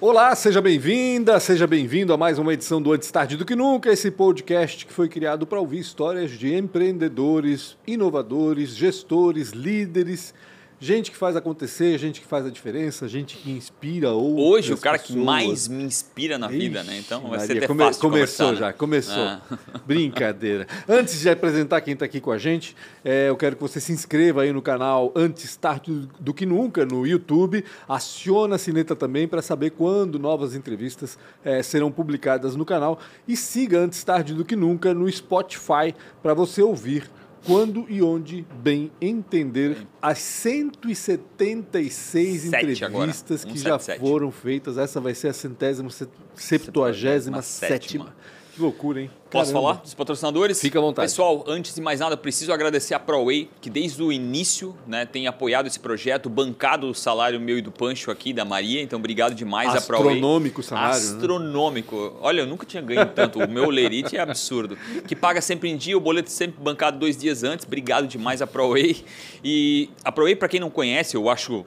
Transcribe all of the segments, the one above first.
Olá, seja bem-vinda, seja bem-vindo a mais uma edição do Antes Tarde do Que Nunca, esse podcast que foi criado para ouvir histórias de empreendedores, inovadores, gestores, líderes, gente que faz acontecer, gente que faz a diferença, gente que inspira outras Hoje, o cara que pessoas. mais me inspira na vida, Ixi, né? Então vai Maria, ser até come- fácil de Começou conversar, já, né? começou. Ah. Brincadeira. Antes de apresentar quem está aqui com a gente, é, eu quero que você se inscreva aí no canal Antes Tarde do- do que Nunca no YouTube. Aciona a sineta também para saber quando novas entrevistas é, serão publicadas no canal. E siga Antes Tarde do que Nunca no Spotify para você ouvir quando e onde bem entender as 176 Sete agora. entrevistas que já 177. foram foram feitas. Essa vai ser a centésima, set- septuagésima Septuagésima sétima. sétima. Que loucura, hein? Posso Caramba. falar dos patrocinadores? Fica à vontade. Pessoal, antes de mais nada, preciso agradecer a ProWay, que desde o início né, tem apoiado esse projeto, bancado o salário meu e do Pancho aqui, da Maria. Então, obrigado demais a ProWay. Astronômico salário, né? Astronômico. Olha, eu nunca tinha ganho tanto. O meu lerite é absurdo. Que paga sempre em dia, o boleto sempre bancado dois dias antes. Obrigado demais a ProWay. E a ProWay, para quem não conhece, eu acho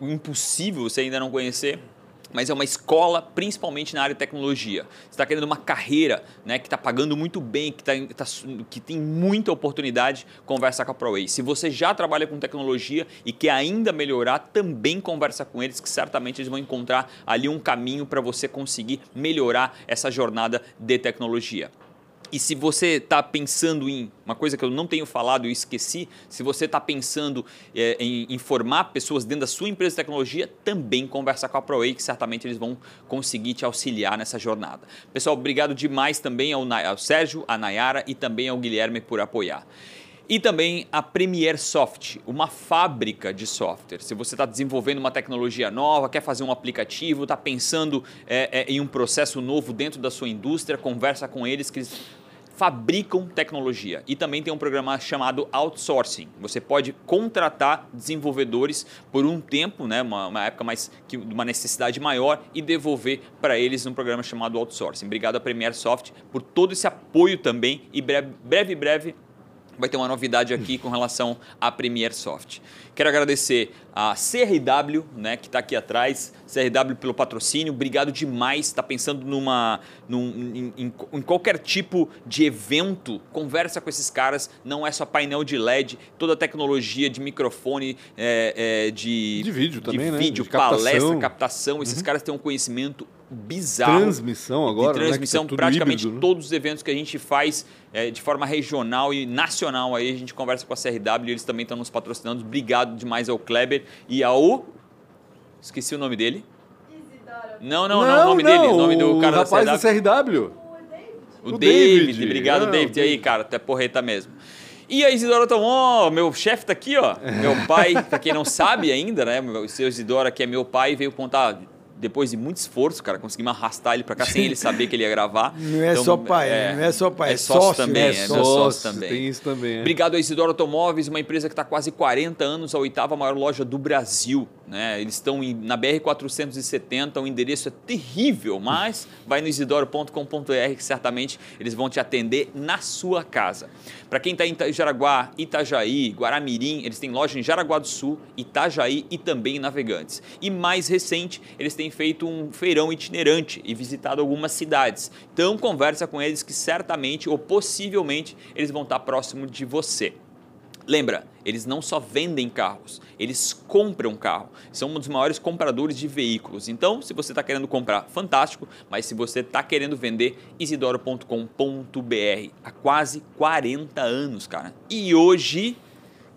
impossível você ainda não conhecer mas é uma escola principalmente na área de tecnologia. Você está querendo uma carreira né, que está pagando muito bem, que, tá, tá su- que tem muita oportunidade, conversa com a ProWay. Se você já trabalha com tecnologia e quer ainda melhorar, também conversa com eles, que certamente eles vão encontrar ali um caminho para você conseguir melhorar essa jornada de tecnologia. E se você está pensando em uma coisa que eu não tenho falado e esqueci, se você está pensando eh, em informar pessoas dentro da sua empresa de tecnologia, também conversa com a ProWay, que certamente eles vão conseguir te auxiliar nessa jornada. Pessoal, obrigado demais também ao, Na- ao Sérgio, à Nayara e também ao Guilherme por apoiar. E também a Premier Soft, uma fábrica de software. Se você está desenvolvendo uma tecnologia nova, quer fazer um aplicativo, está pensando é, é, em um processo novo dentro da sua indústria, conversa com eles que eles fabricam tecnologia. E também tem um programa chamado outsourcing. Você pode contratar desenvolvedores por um tempo, né, uma, uma época mais que uma necessidade maior e devolver para eles num programa chamado outsourcing. Obrigado à Premier Soft por todo esse apoio também e breve, breve, breve vai ter uma novidade aqui com relação à Premiere Soft. Quero agradecer a CRW, né, que está aqui atrás, CRW pelo patrocínio, obrigado demais. Está pensando numa, num- em, em- em qualquer tipo de evento, conversa com esses caras. Não é só painel de LED, toda a tecnologia de microfone, é, é, de, De vídeo também, né? vídeo, De captação. Uhum. palestra, captação. Esses caras têm um conhecimento bizarro Transmissão agora, de né, que tá transmissão, tudo praticamente híbrido, né? todos os eventos que a gente faz eh, de forma regional e nacional. Aí a gente conversa com a CRW, eles também estão nos patrocinando. Obrigado demais ao Kleber e ao. Esqueci o nome dele. Não, não, não, o nome dele, o nome do cara o rapaz da da CRW. CRW. O, o David. David. Obrigado, Ah, o David. E aí, David. cara, tu é porreta mesmo. E a Isidora Tomon, meu chefe tá aqui, ó. Meu pai, pra quem não sabe ainda, né? meu- O seu Isidora, que é meu pai, veio contar depois de muito esforço, cara. Conseguimos arrastar ele pra cá sem ele saber que ele ia gravar. Então, Não é só pai, né? não é só pai, É é sócio sócio, também, né? é, É meu sócio Sócio, também. Tem isso também. é. Obrigado a Isidoro Automóveis, uma empresa que está quase 40 anos, a oitava maior loja do Brasil. Né? Eles estão em- na BR-470, o endereço é terrível, mas vai no isidoro.com.br que certamente eles vão te atender na sua casa. Para quem está em Ita- Jaraguá, Itajaí, Guaramirim, eles têm loja em Jaraguá do Sul, Itajaí e também em Navegantes. E mais recente, eles têm feito um feirão itinerante e visitado algumas cidades. Então conversa com eles que certamente ou possivelmente eles vão estar próximo de você. Lembra, eles não só vendem carros, eles compram carro. São um dos maiores compradores de veículos. Então, se você está querendo comprar, fantástico, mas se você está querendo vender, isidoro.com.br. Há quase 40 anos, cara. E hoje,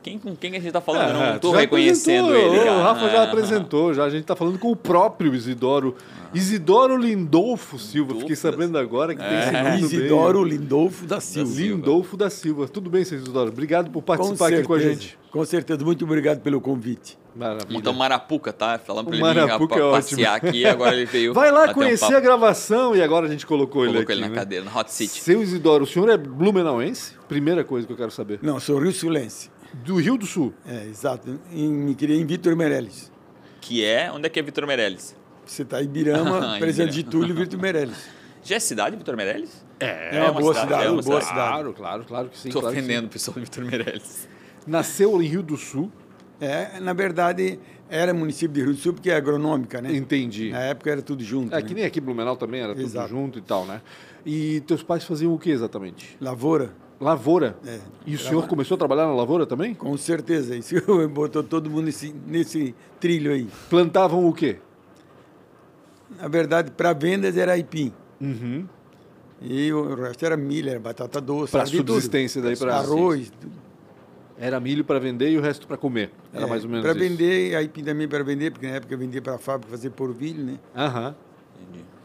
quem, com quem que a gente está falando? Eu não Ah, tu estou já reconhecendo apresentou, ele. O cara. Rafa já Ah. apresentou, já. A gente tá falando com o próprio Isidoro. Isidoro Lindolfo Silva. Fiquei Lindolfo da- É. sabendo agora que tem esse nome bem. Isidoro Lindolfo da Silva. Lindolfo da Silva. Tudo bem, seu Isidoro? Obrigado por Com participar aqui com a certeza, gente. Com certeza, muito obrigado pelo convite. Maravilha. Então, Marapuca, tá? Falando O para ele vir Marapuca pra é ótimo. passear aqui, agora ele veio. Vai lá bater um conhecer papo. a gravação e agora a gente colocou, ele aqui. Colocou ele na né? cadeira, no Hot City. Seu Isidoro, o senhor é blumenauense? Primeira coisa que eu quero saber. Não, sou Rio Sulense. Do Rio do Sul. É, exato. Em, me criei em Vitor Meirelles. Que é. Onde é que é Vitor Meirelles? Você está em Ibirama, Em Presidente Ibirama. de Túlio e Vitor Meirelles. Já é cidade, Vitor Meirelles? É, uma boa cidade, é uma boa cidade. cidade. Claro, claro, claro que sim. Estou claro que sim. ofendendo o pessoal do Vitor Meirelles. Nasceu em Rio do Sul. É, na verdade, Era município de Rio do Sul porque é agronômica, né? Entendi. Na época era tudo junto. É né? que nem aqui em Blumenau também era Exato. tudo junto e tal, né? E teus pais faziam o que exatamente? Lavoura, Lavoura. É. E o senhor começou a trabalhar na lavoura também? com certeza. Isso botou todo mundo nesse, nesse trilho aí. Plantavam o quê? Na verdade, para vendas era aipim. Uhum. E o resto era milho, era batata doce. Para era de tudo. subsistência daí para Arroz, tudo. Era milho para vender e o resto para comer. Era mais ou menos Para isso. É, vender, aipim também para vender, porque na época eu vendia para a fábrica fazer porvilho, né? Aham.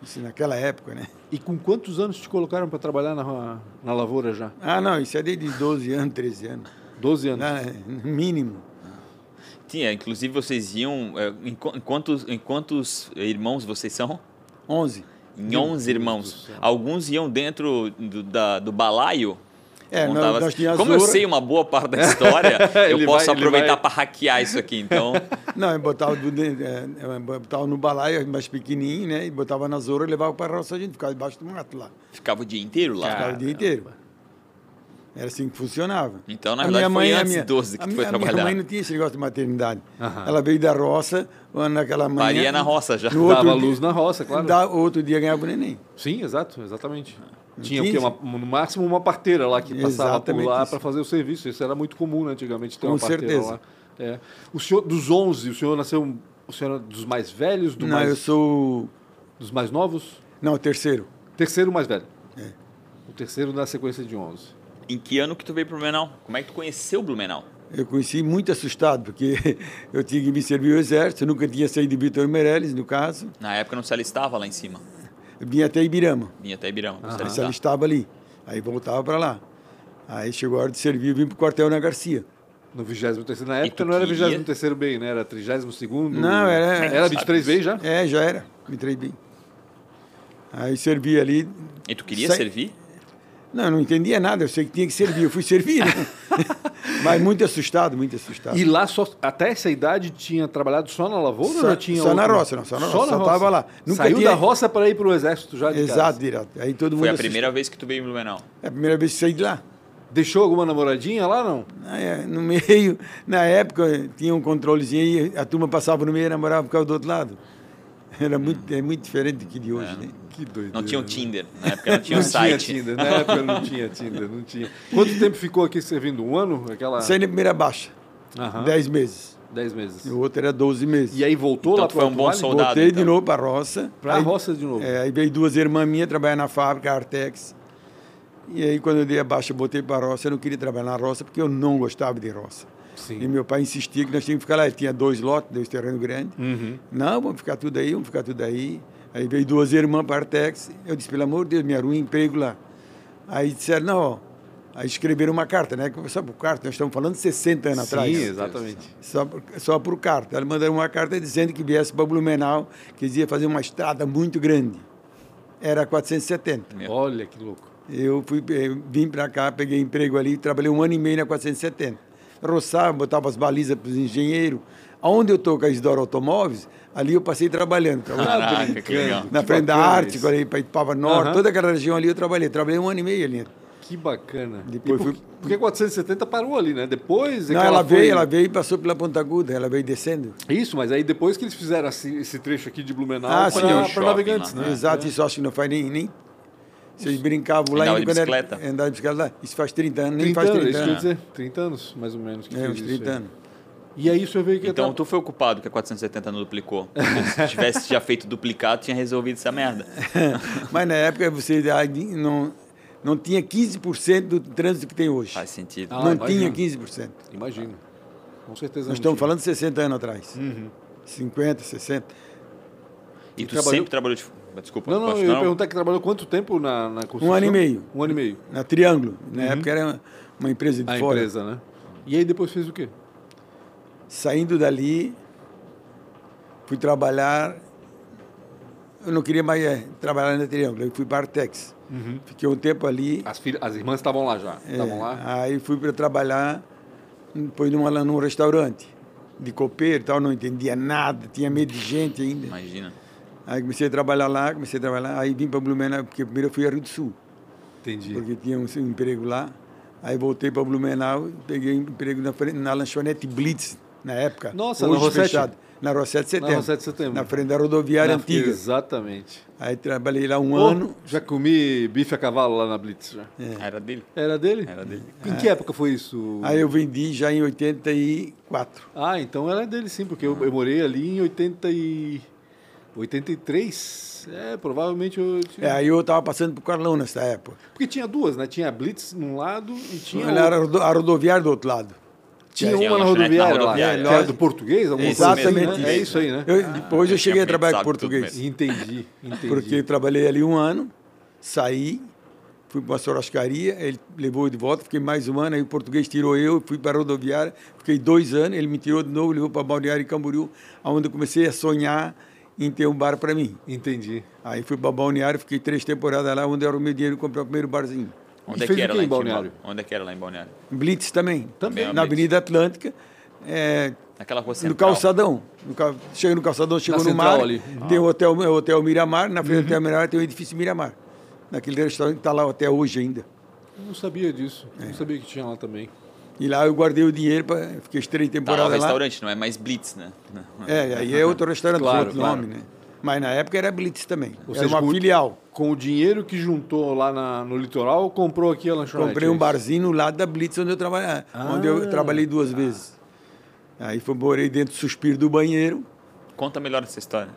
Isso naquela época, né? E com quantos anos te colocaram para trabalhar na, na lavoura já? Ah, não, isso é desde 12 anos, 13 anos. 12 anos. Lá, no mínimo. Tinha, é, inclusive vocês iam. é, em, qu- em quantos, em quantos irmãos vocês são? 11. Em 11 irmãos. Alguns iam dentro do, da- do balaio. É, nós- montava- nós tínhamos Como eu Zorra. sei uma boa parte da história, eu Ele posso vai- ele aproveitar vai- para hackear isso aqui. Então, Não, eu botava, do, de- eh, eu botava no balaio, mais pequenininho, né? E botava na zora e levava para a roça, a gente ficava debaixo do mato lá. ficava o dia inteiro lá. Ficava o dia inteiro. Era assim que funcionava. Então, na A verdade, minha mãe, foi a antes minha- 12 que a tu minha- foi a minha trabalhar. mãe não tinha esse negócio de maternidade. Aham. Ela veio da roça, naquela manhã... Paria na roça já. No Dava outro dia- luz na roça, claro. Da, outro dia ganhava o neném. Sim, exato, exatamente. Tinha o quê? 15? Uma, no máximo uma parteira lá que passava Ah, Exatamente por lá isso. para fazer o serviço. Isso era muito comum né, antigamente ter Com uma parteira certeza. lá. É. O senhor, dos 11, o senhor nasceu. um- O senhor era dos mais velhos, do não, mais- eu sou... dos mais novos? Não, o terceiro. Terceiro mais velho. É. O terceiro na sequência de 11. Em que ano que tu veio pro Blumenau? Como é que tu conheceu o Blumenau? Eu conheci muito assustado, porque eu tinha que me servir o exército, nunca tinha saído de Vitor Meirelles, no caso. Na época não se alistava lá em cima. Eu vim até Ibirama, Vinha até Ibirama pra se se alistar. alistava ali. Aí voltava para lá. Aí chegou a hora de servir, eu vim para o quartel na Garcia. No 23 na tu época não era queria? 23 bem, né? Era 32 Não, era- Era 23 bem já? É, já era, me entrei bem. Aí servi ali. E tu queria Sai- servir? Não, eu não entendia nada, eu sei que tinha que servir, eu fui servir. né? Mas muito assustado, muito assustado. E lá só, até essa idade tinha trabalhado só na lavoura Tá. Só- ou já tinha só na outro? roça, não, só na roça, só tava lá. Nunca Saiu tinha- da roça para ir para o exército já de cara. Exato, direto. Aí todo mundo Foi a assustado. primeira vez que tu veio em Blumenau. É a primeira vez que saí de lá. Deixou alguma namoradinha lá, não? Ah, é, No meio, na época, tinha um controlezinho e a turma passava no meio e namorava por causa do outro lado. Era muito, é muito diferente do que de hoje, né? Que doideira. Não tinha o Tinder. Na época não tinha o Não tinha site. Tinder, na época não tinha Tinder, não tinha. Quanto tempo ficou aqui servindo? Um ano? Aquela... Saí na primeira baixa, Aham, dez meses. Dez E meses. o outro era 12 meses. E aí voltou Então lá tu para foi um bom soldado. Soldado, Voltei então. de novo para a roça. Para a Aí- roça de novo. É, aí veio duas irmãs minhas trabalhar na fábrica, a Artex. E aí, quando eu dei a baixa, eu botei para a roça. Eu não queria trabalhar na roça porque eu não gostava de roça. Sim. E meu pai insistia que nós tínhamos que ficar lá. Ele tinha dois lotes, dois terrenos grandes. Uhum. Não, vamos ficar tudo aí, vamos ficar tudo aí. Aí veio duas irmãs para a Artex. Eu disse, pelo amor de Deus, me arruma um emprego lá. Aí disseram, não, ó. Aí escreveram uma carta, né? Só por carta, nós estamos falando de 60 anos atrás. Sim, exatamente. Só por, só por carta. Ela mandaram uma carta dizendo que viesse para Blumenau, que eles iam fazer uma estrada muito grande. Era 470. Meu. Olha que louco. Eu fui, eh, vim para cá, peguei emprego ali, trabalhei um ano e meio na 470. Roçava, botava as balizas para os engenheiros. Onde eu estou com a Isidoro Automóveis, ali eu passei trabalhando. trabalhando Caraca, Ah, que legal. na que frente da bacana Ártico, isso. ali para Itupava Norte, Aham. toda aquela região ali eu trabalhei. Trabalhei um ano e meio ali. Que bacana. Depois E por- fui- Porque 470 parou ali, né? Depois. é Não, que ela foi- veio, ela veio e passou pela Ponta Aguda, ela veio descendo. Isso, mas aí depois que eles fizeram assim, esse trecho aqui de Blumenau Ah, sim, o para shopping navegantes, lá, né? Exato, isso acho que não faz nem. nem... Vocês brincavam lá Andava ainda de quando era- bicicleta? Andava de bicicleta lá. Isso faz 30 anos, nem 30 faz anos, 30 isso que eu ia anos. dizer. 30 anos, mais ou menos. Que É, fez uns isso 30 aí. anos. E aí o senhor veio que Então tu foi o culpado que a 470 não duplicou. Se tivesse já feito duplicado, tinha resolvido essa merda. Mas na época você ah, não, não tinha 15% do trânsito que tem hoje. Faz sentido. Ah, não imagina. tinha 15%. Imagino. Com certeza Nós não estamos tinha. falando de 60 anos atrás. Uhum. 50, 60. e tu tu trabalhou- sempre trabalhou de... Desculpa. Não, não, posso- eu ia perguntar que trabalhou quanto tempo na, na construção? Um ano e meio. Um ano e meio. Na Triângulo. Na época era uma empresa de Uhum. A fora. empresa, né? E aí depois fez o quê? Saindo dali, fui trabalhar. Eu não queria mais eh, trabalhar na Triângulo. Eu fui para a Artex. Fiquei um tempo ali. As, filhas, as irmãs estavam lá já. É, Estavam Ah, lá. Aí fui para trabalhar, depois numa, lá num restaurante de copeiro e tal, não entendia nada, tinha medo de gente ainda. Imagina. Aí comecei a trabalhar lá, comecei a trabalhar, aí vim para Blumenau, porque primeiro eu fui a Rio do Sul, Entendi. Ah, porque tinha um, um emprego lá. Aí voltei para Blumenau, peguei um emprego na, frente- na lanchonete Blitz, na época. Nossa, hoje na Rossete? fechado. na Rua 7 de Setembro. Na Rua 7 de Setembro. Na frente da rodoviária Na- antiga. Exatamente. Aí trabalhei lá um Pô, ano. É. Já comi bife a cavalo lá na Blitz. Já. Era dele. Era dele? Era dele. Em que época foi isso? Aí eu vendi já em 84. Ah, então era dele sim, porque eu, eu morei ali em 80 e... 83. É, provavelmente eu. Tinha... É, aí eu estava passando por Carlão nessa época. Porque tinha duas, né? Tinha a Blitz num lado e tinha. um- Ela era a rodo- a rodoviária do outro lado. Tinha Tinha uma na lanchonete na é. rodoviária, lá, rodoviária. que era do português, alguma Exatamente coisa assim, né? É isso aí, né? Eu- depois eu eu cheguei a também trabalhar com sabe tudo português. Entendi, entendi. Porque eu trabalhei ali um ano, saí, fui para uma soroscaria, ele levou eu de volta, fiquei mais um ano, aí o português tirou eu, fui para a rodoviária, fiquei dois anos, ele me tirou de novo, levou para Balneário e Camboriú, onde eu comecei a sonhar em ter um bar para mim. Entendi. Aí fui para Balneário, fiquei três temporadas lá, onde era o meu dinheiro para comprar o primeiro barzinho. Onde é fez que era o quê lá em em Balneário? Balneário? Onde é que era lá em Balneário? Blitz também, Também. é na Avenida Atlântica, é, Naquela rua no central. calçadão. No cal- Chega no calçadão, chega Na no central mar. ali. Tem o hotel, é o hotel Miramar, na frente do hotel Miramar tem o edifício Miramar. Naquele restaurante que está lá até hoje ainda. Eu não sabia disso. Eu É. Não sabia que tinha lá também. E lá eu guardei o dinheiro, pra, fiquei as três Tá lá o temporadas lá. restaurante, não é mais Blitz, né? Não. É, aí é outro restaurante, Claro, outro claro. nome, né? Mas na época era Blitz também. Ou era seja, uma com- filial. Com o dinheiro que juntou lá na- no litoral, comprou aqui a lanchonete. Comprei é um isso? barzinho no lado da Blitz, onde eu, trabalha, onde eu trabalhei duas vezes. Aí foi, morei dentro do suspiro do banheiro. Conta melhor essa história.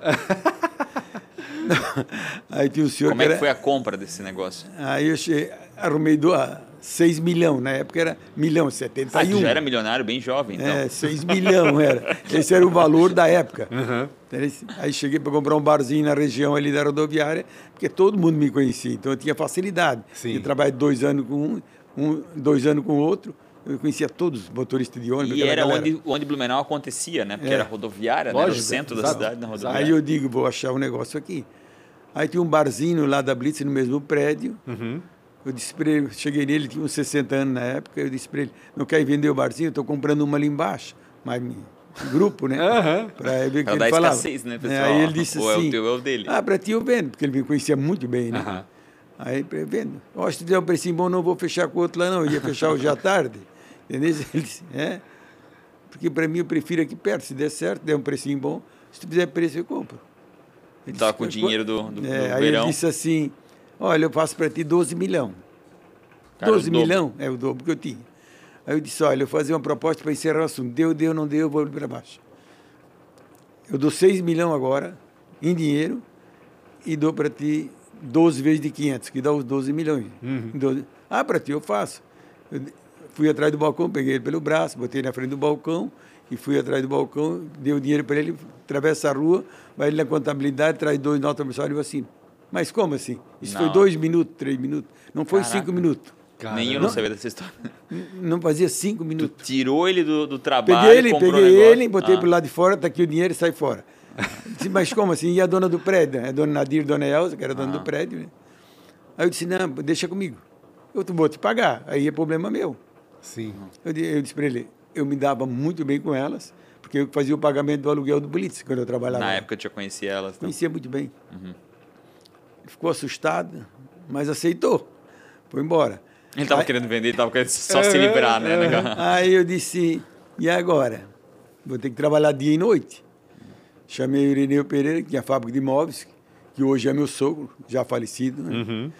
Aí tinha o senhor Como que é que era- foi a compra desse negócio? Aí eu che... arrumei do... 6 milhão, na época era milhão, Ah, tu 71. já era milionário bem jovem, então. Tá É, 6 milhão era. Esse era o valor da época. Entendesse? Aí cheguei para comprar um barzinho na região ali da rodoviária, porque todo mundo me conhecia, então eu tinha facilidade. Sim. Eu trabalhei dois anos com um, um, dois anos com o outro, eu conhecia todos os motoristas de ônibus. E aquela era galera. onde, onde Blumenau acontecia, né? Porque É. era rodoviária, né? era o Lógico, centro da exato, cidade, na Aí rodoviária. eu digo, vou achar um negócio aqui. Aí tinha um barzinho lá da Blitz, no mesmo prédio. Uhum. Eu disse para ele, cheguei nele, tinha uns 60 anos na época, eu disse para ele, não quer vender o barzinho? Estou comprando uma ali embaixo. Mas me- grupo, né? Aham. Para ver o que Pra ele dar falava. escassez, né, É, pessoal? Aí ele disse Ou é o assim, teu, ou é o dele. ah, para ti eu vendo, porque ele me conhecia muito bem, né? Aham. Aí eu vendo, ó, se tu der um precinho bom, não vou fechar com o outro lá não, eu ia fechar hoje à tarde. Entendeu? Ele disse, é, porque para mim eu prefiro aqui perto, se der certo, der um precinho bom, se tu fizer preço eu compro. Ele Tava disse, Tá com o "Qu- dinheiro do- do- é, do aí verão. ele disse assim, olha, eu faço para ti 12 milhão. Cara, o 12 dobro. milhão é o dobro que eu tinha. Aí eu disse, olha, eu vou fazer uma proposta para encerrar o assunto. Deu, deu, não deu, eu vou para baixo. Eu dou 6 milhão agora, em dinheiro, e dou para ti 12 vezes de 500, que dá os 12 milhões. Uhum. 12. Ah, para ti eu faço. Eu de- fui atrás do balcão, peguei ele pelo braço, botei ele na frente do balcão e fui atrás do balcão, dei o dinheiro para ele, atravessa a rua, vai ele na contabilidade, traz dois notas mensal e eu assino. Mas como assim? Isso foi Não. dois minutos, três minutos, não foi Caraca. cinco minutos. Cara, Nem eu não sabia dessa história. N- Não fazia cinco Tu minutos. tirou ele do, do trabalho, Peguei ele, comprou peguei o negócio. ele, botei Ah. pro lado de fora, tá aqui o dinheiro, sai fora. Disse, mas como assim? E a dona do prédio? né? A dona Nadir, dona Elza, que era Ah. dona do prédio, né? Aí eu disse, não, deixa comigo. Eu te- vou te pagar, aí é problema meu. Sim. Eu, di- eu disse para ele, eu me dava muito bem com elas, porque eu fazia o pagamento do aluguel do Blitz, quando eu trabalhava. Na lá. época eu já conhecia ela. Então. Conhecia muito bem. Ele ficou assustado, mas aceitou. Foi embora. Ele tava Aí- É, querendo vender, ele tava querendo só se livrar, né? negócio? Aí eu disse, e agora? Vou ter que trabalhar dia e noite. Chamei o Irineu Pereira, que tinha fábrica de imóveis, que hoje é meu sogro, já falecido. né? Uhum.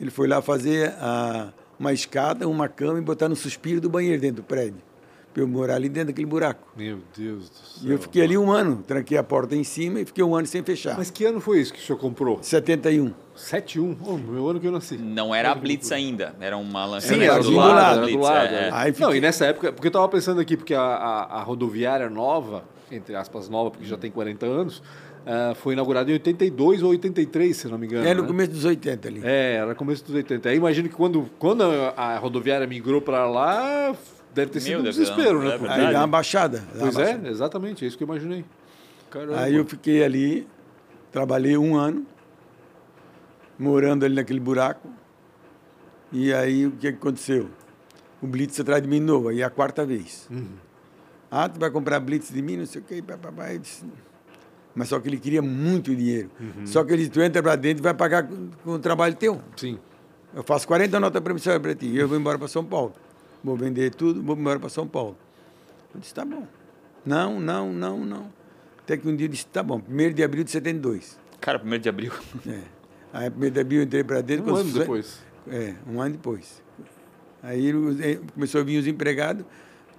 Ele foi lá fazer a- uma escada, uma cama e botar no suspiro do banheiro dentro do prédio. Para eu morar ali dentro daquele buraco. Meu Deus do céu. E eu fiquei ali um ano, tranquei a porta em cima e fiquei um ano sem fechar. Mas que ano foi isso que o senhor comprou? 71. 71? Oh, meu ano que eu nasci. Não era a Blitz ainda, era uma lanchonete Sim, era do do lado, lado, da era do Blitz, lado. é, é. é. Aí Não, fiquei- e nessa época, porque eu estava pensando aqui, porque a, a- a rodoviária nova, entre aspas, nova, porque já tem 40 anos, ah, foi inaugurada em 82 ou 83, se não me engano. É no né? começo dos 80 ali. É, era começo dos 80. Aí imagino que quando, quando a, a rodoviária migrou para lá, deve ter Meu sido um Deus, desespero, é né? Porque- Aí verdade. dá uma baixada. dá uma Pois baixada. é, exatamente, é isso que eu imaginei. Caramba. Aí eu fiquei ali, trabalhei um ano, morando ali naquele buraco. E aí o que que aconteceu? O Blitz atrás de mim de novo, aí é a quarta vez. Ah, tu vai comprar Blitz de mim, não sei o quê, papapá. Eu disse, Mas só que ele queria muito dinheiro. Só que ele disse, tu entra pra dentro e vai pagar com, com o trabalho teu. Sim. Eu faço 40 notas promissórias para ti. Eu vou embora para São Paulo. Vou vender tudo, vou embora para São Paulo. Eu disse, tá bom. Não, não, não, não. Até que um dia eu disse, tá bom, 1 de abril de 72. Cara, primeiro de abril. É. Aí, 1 de abril, eu entrei para dentro. Um quando ano foi- depois. É, um ano depois. Aí os- eh, começou a vir os empregados.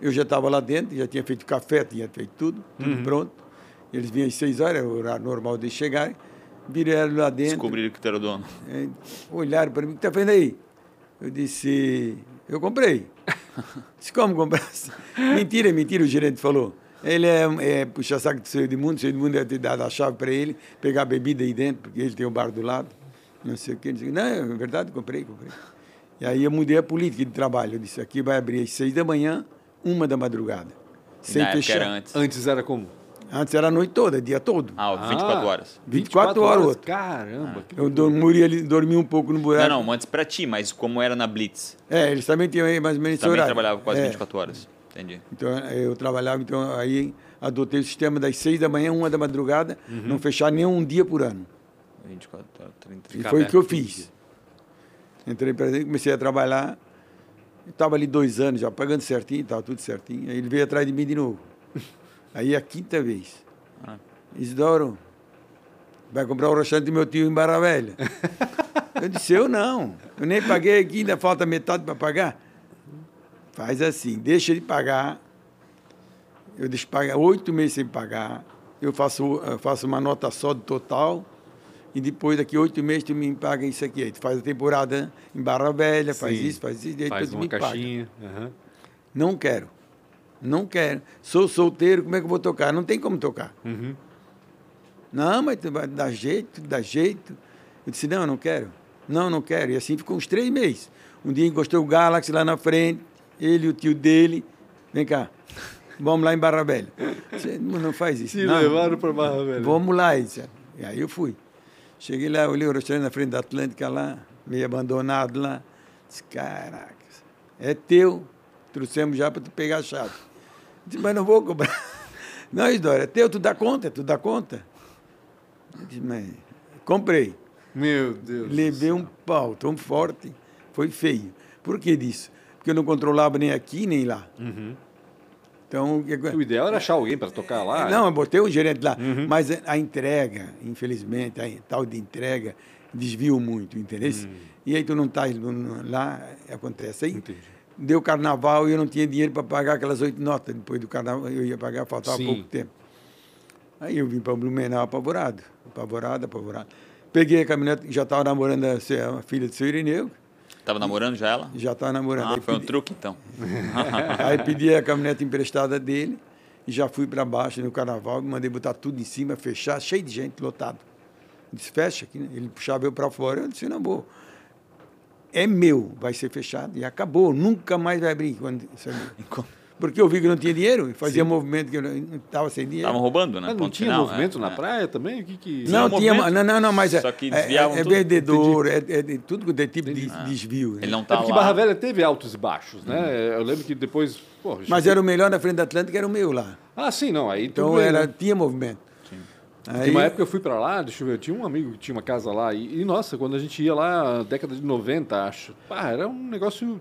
Eu já estava lá dentro, já tinha feito café, tinha feito tudo, tudo Uhum. pronto. Eles vinham às seis horas, era o horário normal de chegarem. Viraram lá dentro. Descobriram que tu era o dono. É, olharam para mim, o que está fazendo aí? Eu disse, eu comprei. disse, como compraste? mentira, mentira, o gerente falou. Ele é, é puxa saco do seu Edmundo, o seu Edmundo deve ter dado a chave para ele, pegar a bebida aí dentro, porque ele tem o bar do lado. Não sei o que. Ele disse, não, é verdade, comprei, comprei. E aí eu mudei a política de trabalho. Eu disse, aqui vai abrir às seis da manhã, uma da madrugada. Sem Na época fechar. era antes. Antes era como? Antes era a noite toda, dia todo. Ah, ó, 24 horas. 24 horas. Ah. Caramba. que Eu dormi, ali- dormi um pouco no buraco. Não, não, antes pra ti, mas como era na Blitz. É, eles também tinham aí mais ou menos esse Também horário. trabalhava quase É, 24 horas. Entendi. Então, eu trabalhava, então aí adotei o sistema das seis da manhã, uma da madrugada, não fechar nenhum dia por ano. 24 horas, 30. E foi o que eu fiz. Entrei para dentro, comecei a trabalhar. Estava ali dois anos já, pagando certinho, estava tudo certinho. Aí ele veio atrás de mim de novo. Aí é a quinta vez. Ah. Isidoro, vai comprar o restaurante do meu tio em Barra Velha. eu disse, eu não. Eu nem paguei aqui, ainda falta metade para pagar. Faz assim, deixa ele pagar. Eu deixo pagar oito meses sem pagar. Eu faço, eu faço uma nota só do total. E depois, daqui oito meses, tu me paga isso aqui. Aí tu faz a temporada em Barra Velha, faz Sim. isso, faz isso. E aí Faz tu uma me paga. caixinha. aham. Não quero. Não quero. Sou solteiro, como é que eu vou tocar? Não tem como tocar. Uhum. Não, mas tu vai dar jeito, dá jeito. Eu disse, não, eu não quero. Não, não quero. E assim ficou uns três meses. Um dia encostou o Galaxy lá na frente, ele e o tio dele. Vem cá, vamos lá em Barra Velha. Eu disse, não, não faz isso. Se não. levaram para Barra Velha. Vamos lá, isso. E aí eu fui. Cheguei lá, olhei o restaurante na frente da Atlântica lá, meio abandonado lá. Disse, caraca, é teu. Trouxemos já para tu pegar a chave. Disse, mas não vou cobrar. Não, Isidoro, é teu, tu dá conta, tu dá conta. Eu disse, mas comprei. Meu Deus. do Levei céu. um pau tão forte, foi feio. Por que disso? Porque eu não controlava nem aqui, nem lá. Então, o que O ideal era achar alguém para tocar lá. é. não, eu botei um gerente lá. Mas a entrega, infelizmente, a tal de entrega desviou muito, entendeu? E aí tu não estás lá, acontece. Aí Entendi. deu carnaval e eu não tinha dinheiro para pagar aquelas oito notas. Depois do carnaval eu ia pagar, faltava Sim. pouco tempo. Aí eu vim para Blumenau apavorado, apavorado, apavorado. Peguei a caminhonete, já estava namorando a, se- a filha do seu Irineu, Tava namorando já ela? já estava namorando. Ah, Aí foi um pedi- truque então. Aí pedi a caminhonete emprestada dele e já fui para baixo no carnaval, mandei botar tudo em cima, fechar, cheio de gente, lotado. Disse, fecha aqui. né? Ele puxava eu para fora, eu disse, não vou. É meu, vai ser fechado. E acabou, nunca mais vai abrir. Quando isso aí. Porque eu vi que não tinha dinheiro, e fazia movimento que eu não estava sem dinheiro. Estavam roubando, né? Mas não Ponto tinha final, movimento é, na é. praia também? O que que... Não, Tinha tinha, movimento, não, não, não, mas é, só que é, desviavam é tudo. vendedor, é, é de tudo, de tipo de desvio. Ele né? não É tá porque lá. Barra Velha teve altos e baixos, né? Eu lembro que depois. pô, Mas era o melhor na frente da Atlântica, era o meu lá. Ah, sim, não. Aí Então tudo bem, era, né? tinha movimento. Tem uma época eu fui pra lá, deixa eu ver, eu tinha um amigo que tinha uma casa lá. E, e, nossa, quando a gente ia lá, década de 90, acho. Pá, era um negócio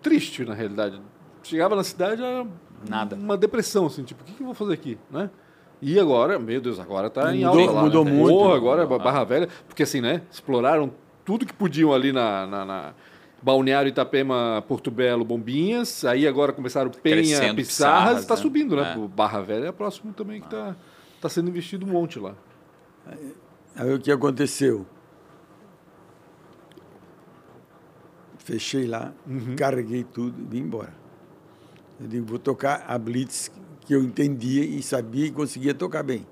triste, na realidade. Chegava na cidade, era Nada. uma depressão, assim, tipo, o que, que eu vou fazer aqui, né? E agora, meu Deus, agora tá em Mudou- alta lá. mudou né? muito. Porra, agora Ba- Barra Velha, porque assim, né? Exploraram tudo que podiam ali na, na, na Balneário Itapema, Porto Belo, Bombinhas. Aí agora começaram Penha, Pissarras, Crescendo, Pissarras, está né? subindo, né? É. O Barra Velha é próximo também que tá, tá sendo investido um monte lá. Aí o que aconteceu? Fechei lá, carreguei tudo e vim embora. Eu digo, vou tocar a Blitz que eu entendia e sabia e conseguia tocar bem.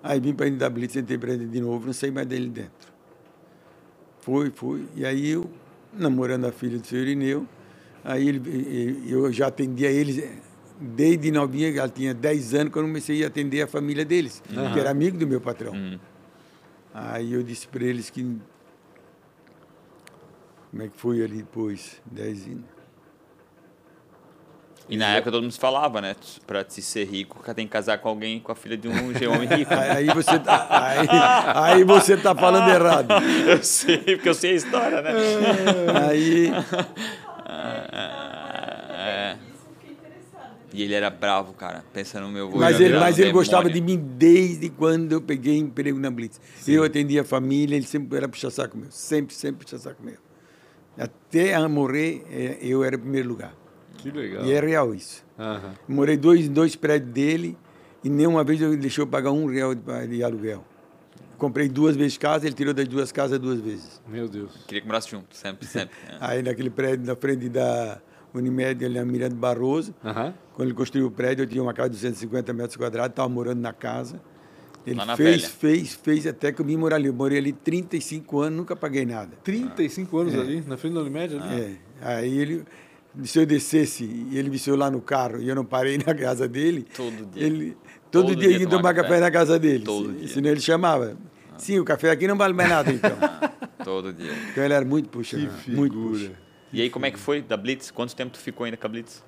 Aí vim para dentro da Blitz, entrei para dentro de novo, não saí mais dele dentro. Foi, foi. E aí eu, namorando a filha do senhor Irineu, aí ele, e- e- eu já atendia eles eh, desde novinha, ela tinha 10 anos, quando eu comecei a atender a família deles, que era amigo do meu patrão. Aí eu disse para eles que. Como é que foi ali depois? Dez anos. E é na época todo mundo falava, né? Pra te ser rico, cara, tem que casar com alguém, com a filha de um de um homem rico. Aí aí você tá, aí, aí você tá falando errado. eu sei, porque eu sei a história, né? Aí, Ah, é. Isso eu fiquei interessada. E ele era bravo, cara. Pensa no meu avô. Mas era ele, um mas ele gostava de demônio. mim desde quando eu peguei emprego na Blitz. Eu atendia a família, ele sempre era puxa-saco meu. Sempre, sempre puxa-saco meu. Até a morrer, eh, eu era em primeiro lugar. Que legal. E é real isso. Aham. Morei dois, em dois prédios dele e nenhuma vez ele deixou eu pagar um real de, pa- de aluguel. Comprei duas vezes casa, ele tirou das duas casas duas vezes. Meu Deus. Queria que morasse junto, sempre, sempre. É. Aí naquele prédio na frente da Unimed, ali na Miranda Barroso, Ah. Aham. Quando ele construiu o prédio, eu tinha uma casa de 250 metros quadrados, estava morando na casa. Ele Lá na fez, velha. fez, fez até que eu vim morar ali. Eu morei ali 35 anos, nunca paguei nada. 35 anos ali, na frente da Unimed Ah. ali. É. Aí ele, se eu descesse e ele me saiu lá no carro e eu não parei na casa dele. Todo dia. Ele, todo, Todo dia dia ele ia tomar tomar café. café na casa dele. Todo se, dia. Ah. Senão ele chamava. Sim, o café aqui não vale mais nada, então. Todo dia. então ele era muito puxa. Que muito figura. puxa. E aí, como é que foi da Blitz? Quanto tempo tu ficou ainda com a Blitz?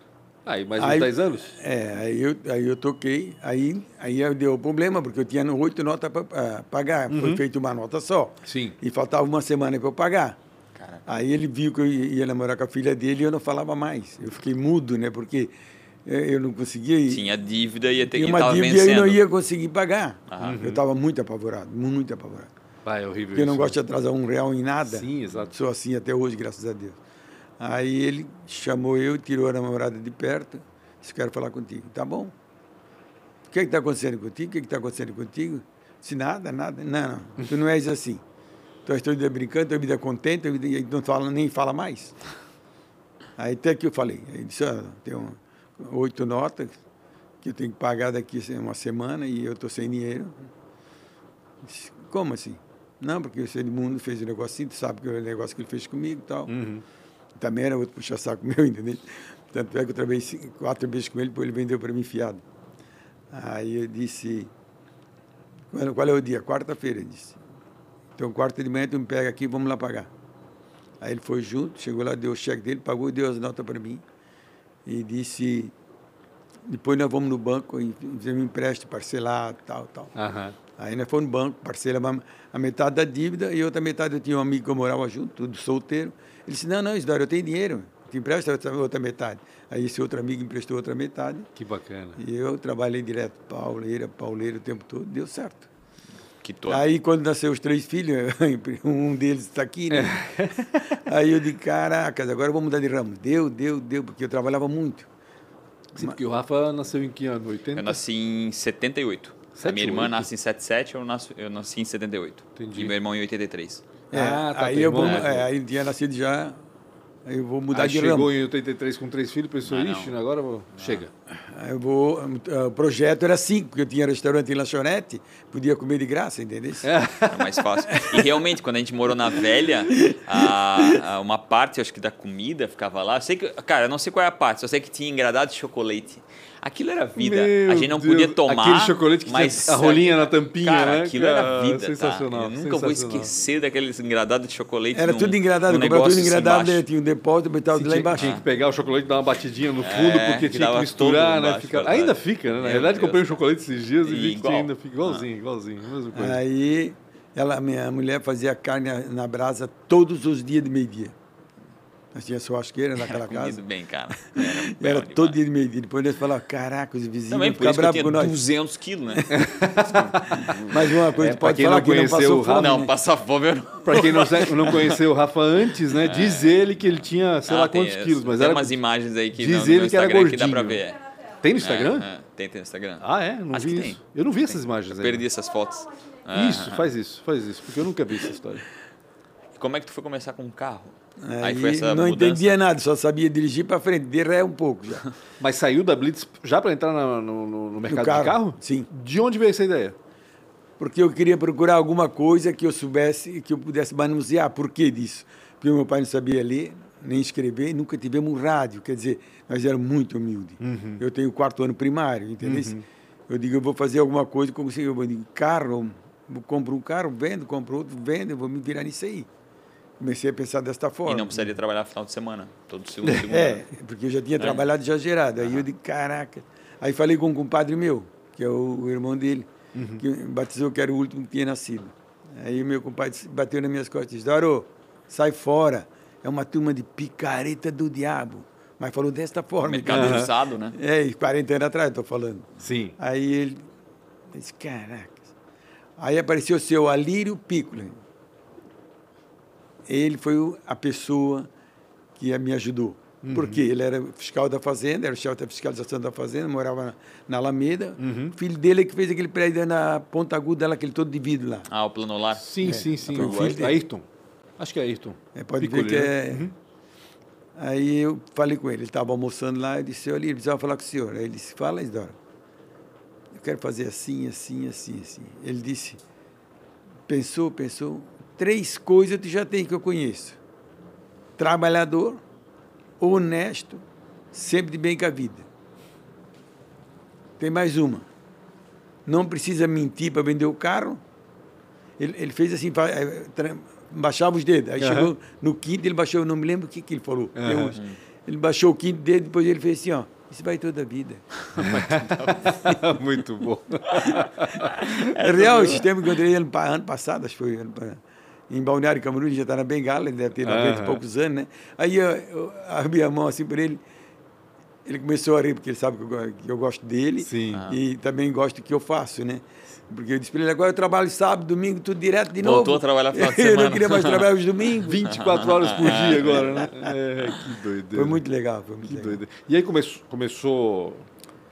Aí, mais Aí- uns 10 anos? É, aí eu, aí eu toquei, aí, aí eu deu problema, porque eu tinha oito notas para pagar, foi feita uma nota só. Uhum. Sim. E faltava uma semana para eu pagar. Caraca. Aí ele viu que eu ia ia namorar com a filha dele e eu não falava mais. Eu fiquei mudo, né? Porque eh, eu não conseguia. ir. Tinha dívida e ia ter E que uma estar dívida e eu não vencendo. ia conseguir pagar. Aham. Eu estava muito apavorado, muito apavorado. Vai, é horrível. Porque eu não isso. gosto de atrasar um real em nada. Sim, exato. Sou assim até hoje, graças a Deus. Aí ele chamou eu, tirou a namorada de perto, disse, quero falar contigo. Tá bom. O que é está acontecendo contigo? O que é está acontecendo contigo? Disse, nada, nada. Não, não, tu não és assim. Tu és toda brincando, tua vida é contente, tua vida... e não fala, nem fala mais. Aí até que eu falei. Aí ele disse, ó, tem um- oito notas que eu tenho que pagar daqui uma semana e eu estou sem dinheiro. Disse, Como assim? Não, porque o Edmundo fez um negocinho, tu sabe que é o negócio que ele fez comigo e Uhum. tal. Também era outro puxa-saco meu, entendeu? Tanto é que eu trabalhei ci- quatro vezes com ele, depois ele vendeu para mim fiado. Aí eu disse, qual qual é o dia? Quarta-feira, ele disse. Então, quarta de manhã, tu me pega aqui, vamos lá pagar. Aí ele foi junto, chegou lá, deu o cheque dele, pagou e deu as notas para mim. E disse, depois nós vamos no banco e fizemos um empréstimo parcelado, tal, tal. Aham. Aí nós fomos no banco, parceira a metade da dívida e outra metade eu tinha um amigo que eu morava junto, tudo solteiro. Ele disse, não, não, Isidoro, eu tenho dinheiro, te empresta outra- outra metade. Aí esse outro amigo emprestou outra metade Que bacana. e eu trabalhei direto, pauleira, pauleira o tempo todo, deu certo. Que todo. Aí quando nasceu os três filhos, um deles está aqui, né? Aí eu disse, caracas, agora eu vou mudar de ramo. Deu, deu, deu, porque eu trabalhava muito. Sim, porque o Rafa nasceu em que ano? 80? Eu nasci em 78. a minha 78? irmã nasce em 77, eu nasci, eu nasci em 78. Entendi. E meu irmão em 83. É, Ah, tá, aí, teu eu vou, irmão, né? é, aí ele tinha nascido já, aí eu vou mudar Aí de chegou ramo. em 83 com três filhos, pensou, Ah, não. ixi, agora eu vou... chega. Aí eu vou, ah, o projeto era cinco, porque eu tinha restaurante e lanchonete, podia comer de graça, entendeu? É, Era mais fácil. e realmente, quando a gente morou na velha, a- a- uma parte, acho que da comida ficava lá. Eu sei que, cara, eu não sei qual é a parte, só sei que tinha engradado de chocolate. Aquilo era vida. Meu a gente não Deus. podia tomar. Aquele chocolate que mas tinha a rolinha na tampinha, cara, né? Aquilo Cara, era vida. tá? sensacional, Eu nunca vou sensacional. esquecer daqueles engradados de chocolate. Era num- tudo engradado, num comprava um- negócio tudo assim engradado, né? embaixo. tinha um depósito, botava Sim, lá tinha, embaixo. tinha que pegar o chocolate, dar uma batidinha no fundo, É, porque que tinha que dava misturar, tudo né? embaixo, Fica- verdade. Ainda fica, né? Na Meu verdade, Deus, comprei um cara. chocolate esses dias e vi que Igual. tinha ainda fica igualzinho, igualzinho, mesma Ah, é. coisa. Aí ela, minha mulher fazia carne na- na brasa todos os dias de meio-dia. Nós tínhamos churrasqueira naquela Comido casa. bem, cara. um bom Era demais. todo dia de meio-dia. Depois nós falávamos, caraca, os vizinhos é Também, vão por ficar isso que eu bravos tinha com nós. 200 quilos, né? Mas uma coisa, É, tu pra pode quem falar não que não conheceu o passou Rafa- fome. Ah, Não, né? passar fome eu não. Pra quem não, se- não conheceu o Rafa antes, né? Diz ele que ele tinha, sei lá É. Ah, tem quantos essa. quilos, mas tem era. umas imagens aí que Diz não, no ele meu que era Instagram que dá pra gordinho. ver. é. Tem no É, Instagram? é. Tem, tem no Instagram. Ah, é? Não Acho vi que isso. tem. Eu não vi essas imagens ainda. Perdi Ah, essas fotos. Isso, faz isso, faz isso, porque eu nunca vi essa história. Como é que tu foi começar com um carro? Aí, É, Aí foi essa não mudança. entendia nada, só sabia dirigir para frente, de ré um pouco já. Mas saiu da Blitz já para entrar na- no, no- no mercado carro, de carro? sim. De onde veio essa ideia? porque eu queria procurar alguma coisa que eu soubesse, que eu pudesse manusear. Por que disso? Porque meu pai não sabia ler, nem escrever, e nunca tivemos um rádio. Quer dizer, nós éramos muito humildes. Uhum. Eu tenho quarto ano primário, entendeu? Eu digo, eu vou fazer alguma coisa, como se eu vou digo, carro, eu compro um carro, vendo, compro outro, vendo, eu vou me virar nisso aí. Comecei a pensar desta forma. E não precisaria trabalhar no final de semana. Todo segundo, segunda. É, porque eu já tinha trabalhado já gerado. Aí eu digo, caraca. Aí falei com um compadre meu, que é o, o irmão dele, Uhum. que batizou que era o último que tinha nascido. Aí o meu compadre disse- bateu nas minhas costas e disse, Darô, sai fora. É uma turma de picareta do diabo. Mas falou desta forma. Mercado entendeu? usado, né? É, e 40 anos atrás, estou falando. Sim. Aí ele disse, caraca. Aí apareceu o seu Alírio Piccoli. Ele foi o- a pessoa que me ajudou. Porque ele era fiscal da fazenda, era o chefe da fiscalização da fazenda, morava na, na Alameda. O filho dele é que fez aquele prédio na Ponta Aguda, lá, aquele todo de vidro lá. Ah, o planolar. Sim, É. sim, sim. foi o O filho dele. Ayrton. Acho que é Ayrton. É, pode Piccoli, ver que né? é. Aí eu falei com ele, ele estava almoçando lá, eu disse, olha, ele precisava falar com o senhor. Aí ele disse, fala, Isidoro. Eu quero fazer assim, assim, assim, assim. Ele disse, pensou, pensou, três coisas tu já tem que eu conheço. Trabalhador, honesto, sempre de bem com a vida. Tem mais uma. Não precisa mentir para vender o carro. Ele, ele fez assim, fa- eh, tra- baixava os dedos. Aí Aham. chegou no quinto, ele baixou, eu não me lembro o que, que ele falou. Aham. Eu- Ele baixou o quinto dedo, depois ele fez assim, ó, isso vai toda a vida. Muito bom. É real, esse tempo que eu encontrei ele pa- ano passado, acho que foi ano pa- em Balneário Camboriú, ele já está na Bengala, ele deve ter 90 Aham. e poucos anos, né? Aí eu, eu abri a mão assim para ele, ele começou a rir, porque ele sabe que eu, go- que eu gosto dele Sim. Ah. e também gosto do que eu faço, né? Porque eu disse para ele, agora eu trabalho sábado, domingo, tudo direto de novo. Voltou a trabalhar final de Eu semana. não queria mais trabalhar os domingos. 24 horas por dia agora, né? É, que doideira. Foi muito legal, foi muito Que legal. doideira. E aí começou, começou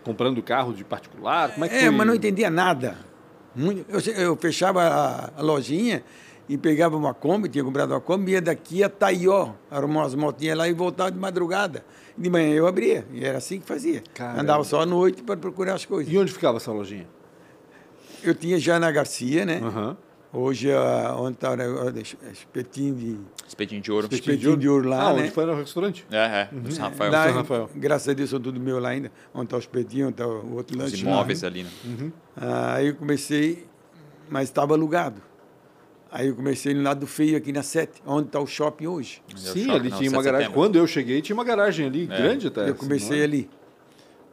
comprando carro de particular? Como é que É, foi? mas não entendia nada. Muito- eu, che- eu fechava a, a lojinha e pegava uma Kombi, tinha comprado uma Kombi, ia daqui a Taió, arrumava umas motinhas lá e voltava de madrugada. De manhã eu abria, e era assim que fazia. Caramba. Andava só à noite para procurar as coisas. E onde ficava essa lojinha? Eu tinha já na Garcia, né? Aham. Hoje, a- onde está o é espetinho de, Espetinho de ouro. espetinho de ouro lá, ah, né? onde foi no restaurante? É, é. Uhum. Os Rafael. Lá, São Rafael. Graças a Deus, são tudo meu lá ainda. Onde está o espetinho, onde está o outro Os lanche. lá, né? imóveis ali, né? Uhum. Aí eu comecei, mas estava alugado. Aí eu comecei no lado feio aqui na Sete, onde está o shopping hoje. Mas é o Sim, shopping, ali não, tinha sete uma de garagem. setembro. É. Quando eu cheguei, tinha uma garagem ali, grande até. eu comecei não é? ali.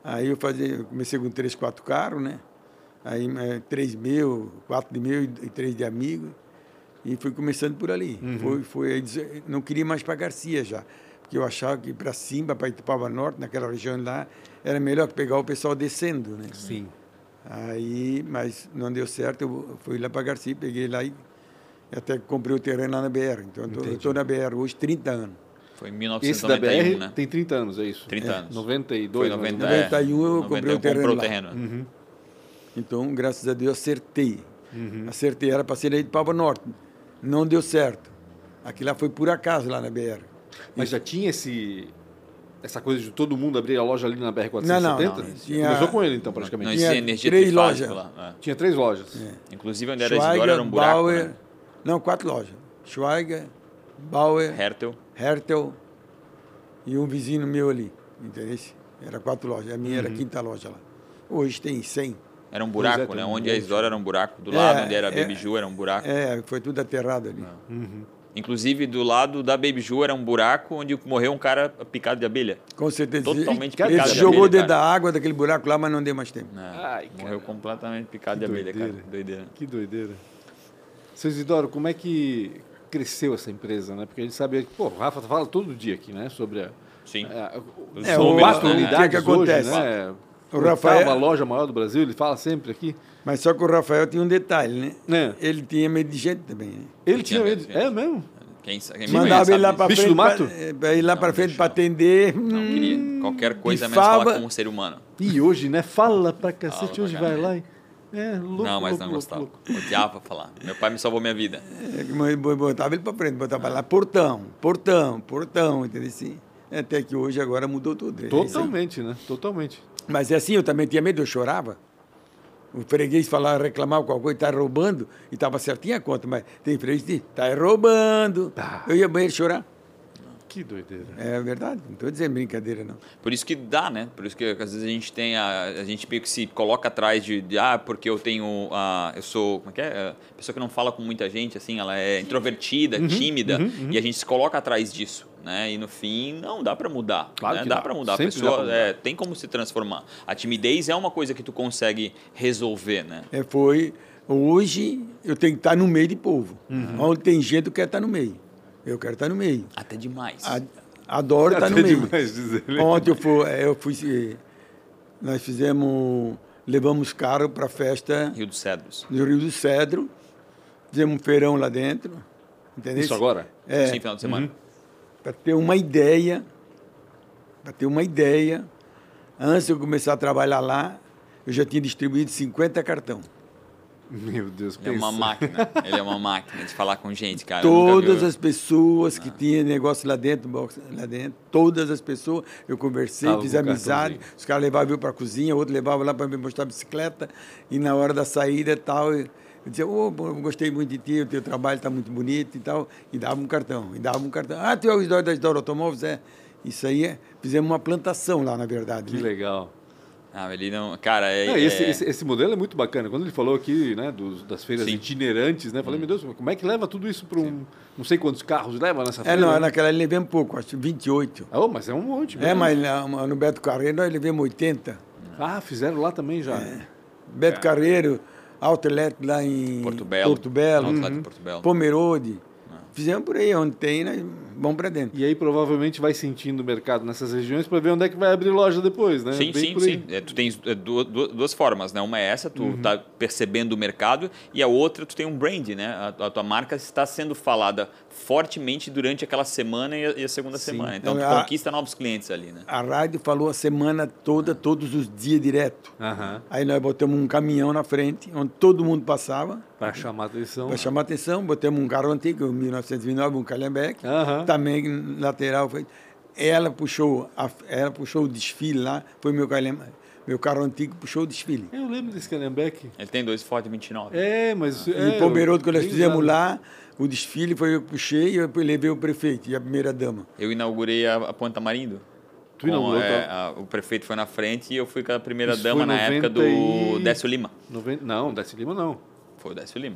Aí eu, fazia, eu comecei com três, quatro carros, né? Aí eh, três meu, quatro de meu e e três de amigo. E fui começando por ali. Uhum. Foi, foi, aí dizer- não queria mais para Garcia já. Porque eu achava que para cima, para Itupava Norte, naquela região lá, era melhor que pegar o pessoal descendo, né? Sim. Aí, mas não deu certo, eu fui lá para Garcia, peguei lá e até comprei o terreno lá na BR. Então eu estou na BR hoje 30 anos. Foi em Esse da BR 1991, né? tem 30 anos, é isso? 30 É, anos. 92, Foi em mais ou menos. 90, 91 né? eu comprei o comprou terreno o lá. terreno. Uhum. Então, graças a Deus, acertei. Uhum. Acertei, era para ser aí de Pava Norte. Não deu certo. Aquilo lá foi por acaso lá na BR. Mas já tinha esse... Essa coisa de todo mundo abrir a loja ali na BR-470? Não, não, não. Tinha- Começou com ele, então, Não praticamente. existia Tinha energia três trifásica lojas. lá. é. Tinha três lojas. Inclusive, onde era Isidoro era um buraco, Bauer. né? Não, quatro lojas. Schweiger, Bauer, Hertel. Hertel e um vizinho meu ali. Entendeu? Era quatro lojas. A minha Uhum. era a quinta loja lá. Hoje tem 100. Era um Pois é, buraco, tem né? um Onde a monte. Isidoro era um buraco. Do É, lado onde era a é. Baby Ju era um buraco. É, foi tudo aterrado ali. Inclusive, do lado da Baby Ju era um buraco onde morreu um cara picado de abelha. Com certeza. Totalmente ele picado se de jogou abelha, dentro cara. da água daquele buraco lá, mas não deu mais tempo. É, Ai, morreu completamente picado Que de abelha, cara. doideira. Doideira. Que doideira. Seu Isidoro, como é que cresceu essa empresa, né? Porque a gente sabe, pô, o Rafa fala todo dia aqui, né? Sobre a. Sim. a- o- Os são números, quatro né? unidades O que que hoje, acontece? né? O Oitava Rafael- loja maior do Brasil, ele fala sempre aqui. Mas só que o Rafael tinha um detalhe, né? É. Ele tinha medo de gente também. Né? Ele Eu tinha tinha medo. medo, É mesmo? Quem, sa- quem me Mandava conhece ele lá sabe para Bicho frente. do mato? pra- Pra ir lá para frente deixa. para atender. Não queria. Qualquer coisa menos Pifava. falar com um ser humano. E hoje, né? Fala pra cacete, Fala pra hoje vai caralho. lá e. É, louco. não, mas louco, não louco, gostava. É louco. Odiava falar. Meu pai me salvou minha vida. É, que mo- bo- Botava ele para frente, botava lá portão, portão, portão, entendeu? Sim. Até que hoje agora mudou tudo. é isso aí. Totalmente, né? Totalmente. Mas é assim, eu também tinha medo, eu chorava. O freguês falava, reclamava qualquer coisa, tá roubando, e estava certinha a conta, mas tem freguês que diz, tá roubando. Tá. Eu ia ao banheiro chorar. Que doideira. É verdade, não estou dizendo brincadeira, não. Por isso que dá, né? Por isso que às vezes a gente tem a, a gente meio que se coloca atrás de, de, ah, porque eu tenho a eu sou, como é que é? A pessoa que não fala com muita gente assim, ela é introvertida, Uhum, tímida, e a gente se coloca atrás disso, né? E no fim, não dá pra mudar, Claro né? que dá. dá pra mudar, Sempre a pessoa dá pra mudar. é, tem como se transformar. A timidez é uma coisa que tu consegue resolver, né? É, foi, hoje eu tenho que estar no Uhum. tá meio de povo. Onde tem gente, eu quero estar tá no meio. Eu quero estar no meio. Até demais. A- Adoro estar no Até meio. demais dizer. Ontem eu fui, eh, eu fui, eh, nós fizemos, levamos carro para a festa Rio dos Cedros. no Rio do Cedro, fizemos um feirão lá dentro, entendeu? Isso agora? É, Sim, final de semana. Uhum. para ter uma ideia, para ter uma ideia, antes de eu começar a trabalhar lá, eu já tinha distribuído 50 cartão. Meu Deus, Ele é uma pensa. máquina. Ele é uma máquina de falar com gente, cara. Eu nunca vi- né? Todas as pessoas Ah. que tinham negócio lá dentro, box lá dentro, todas as pessoas, eu conversei, Tava fiz com o amizade, cartãozinho. os caras levavam eu para a cozinha, outro levava lá para me mostrar a bicicleta, e na hora da saída e tal, eu, eu dizia, ô, pô, eu gostei muito de ti, o teu trabalho está muito bonito e tal, e dava um cartão, e dava um cartão. Ah, tu é o Isdói da Isdói Automóveis? É, isso aí, é, fizemos uma plantação lá, na verdade. Que né? legal. Ah, ele não. Cara, é. Não, e esse, é- esse- esse modelo é muito bacana. Quando ele falou aqui né, dos- das feiras Sim. itinerantes, né? Falei, Hum. meu Deus, como é que leva tudo isso para um. Não sei quantos carros leva nessa É, feira. não, né? naquela ali levei um pouco, acho 28. Ah, ô, mas é um monte. É, mesmo. mas lá, no Beto Carreiro nós levemos 80. Ah, fizeram lá também já. É. Beto Carreiro, Outlet lá em É. Porto Belo. Porto Belo, Uhum. Outlet uhum. de Porto Belo. Ah. Pomerode. Fizemos por aí, onde tem, nós vamos para dentro. E aí provavelmente vai sentindo o mercado nessas regiões para ver onde é que vai abrir loja depois, né? Sim, Bem sim, por aí. Uhum. sim. É, tu tens é, du- du- duas formas, né? Uma é essa, tu tá percebendo o mercado, e a outra, tu tem um brand, né? A, a tua marca está sendo falada fortemente durante aquela semana e a, e a segunda semana. Então, tu Ah, conquista novos clientes ali, né? A rádio falou a semana Ah. toda, todos os dias direto. Aham. Aí nós botamos um caminhão na frente, onde todo mundo passava, Para chamar atenção. Uhum. para chamar atenção. Botamos um carro antigo, um 1929, um Calhambeck, Aham. também lateral. Foi. Ela puxou, a- ela puxou o desfile lá, foi meu, calham- meu carro antigo, puxou o desfile. Eu lembro desse Calhambeck. Ele tem dois Ford 29. É, mas. é, Em Pomerode, quando nós bem fizemos usado. lá, o desfile foi eu que puxei e eu levei o prefeito e a primeira dama. Eu inaugurei a, a Ponta Marindo. Tu inaugurou, é, tá? a- o prefeito foi na frente e eu fui com a primeira Isso foi dama na época 90 do e- Décio Lima. Noven- Não, Décio Lima não. Foi o Décio Lima.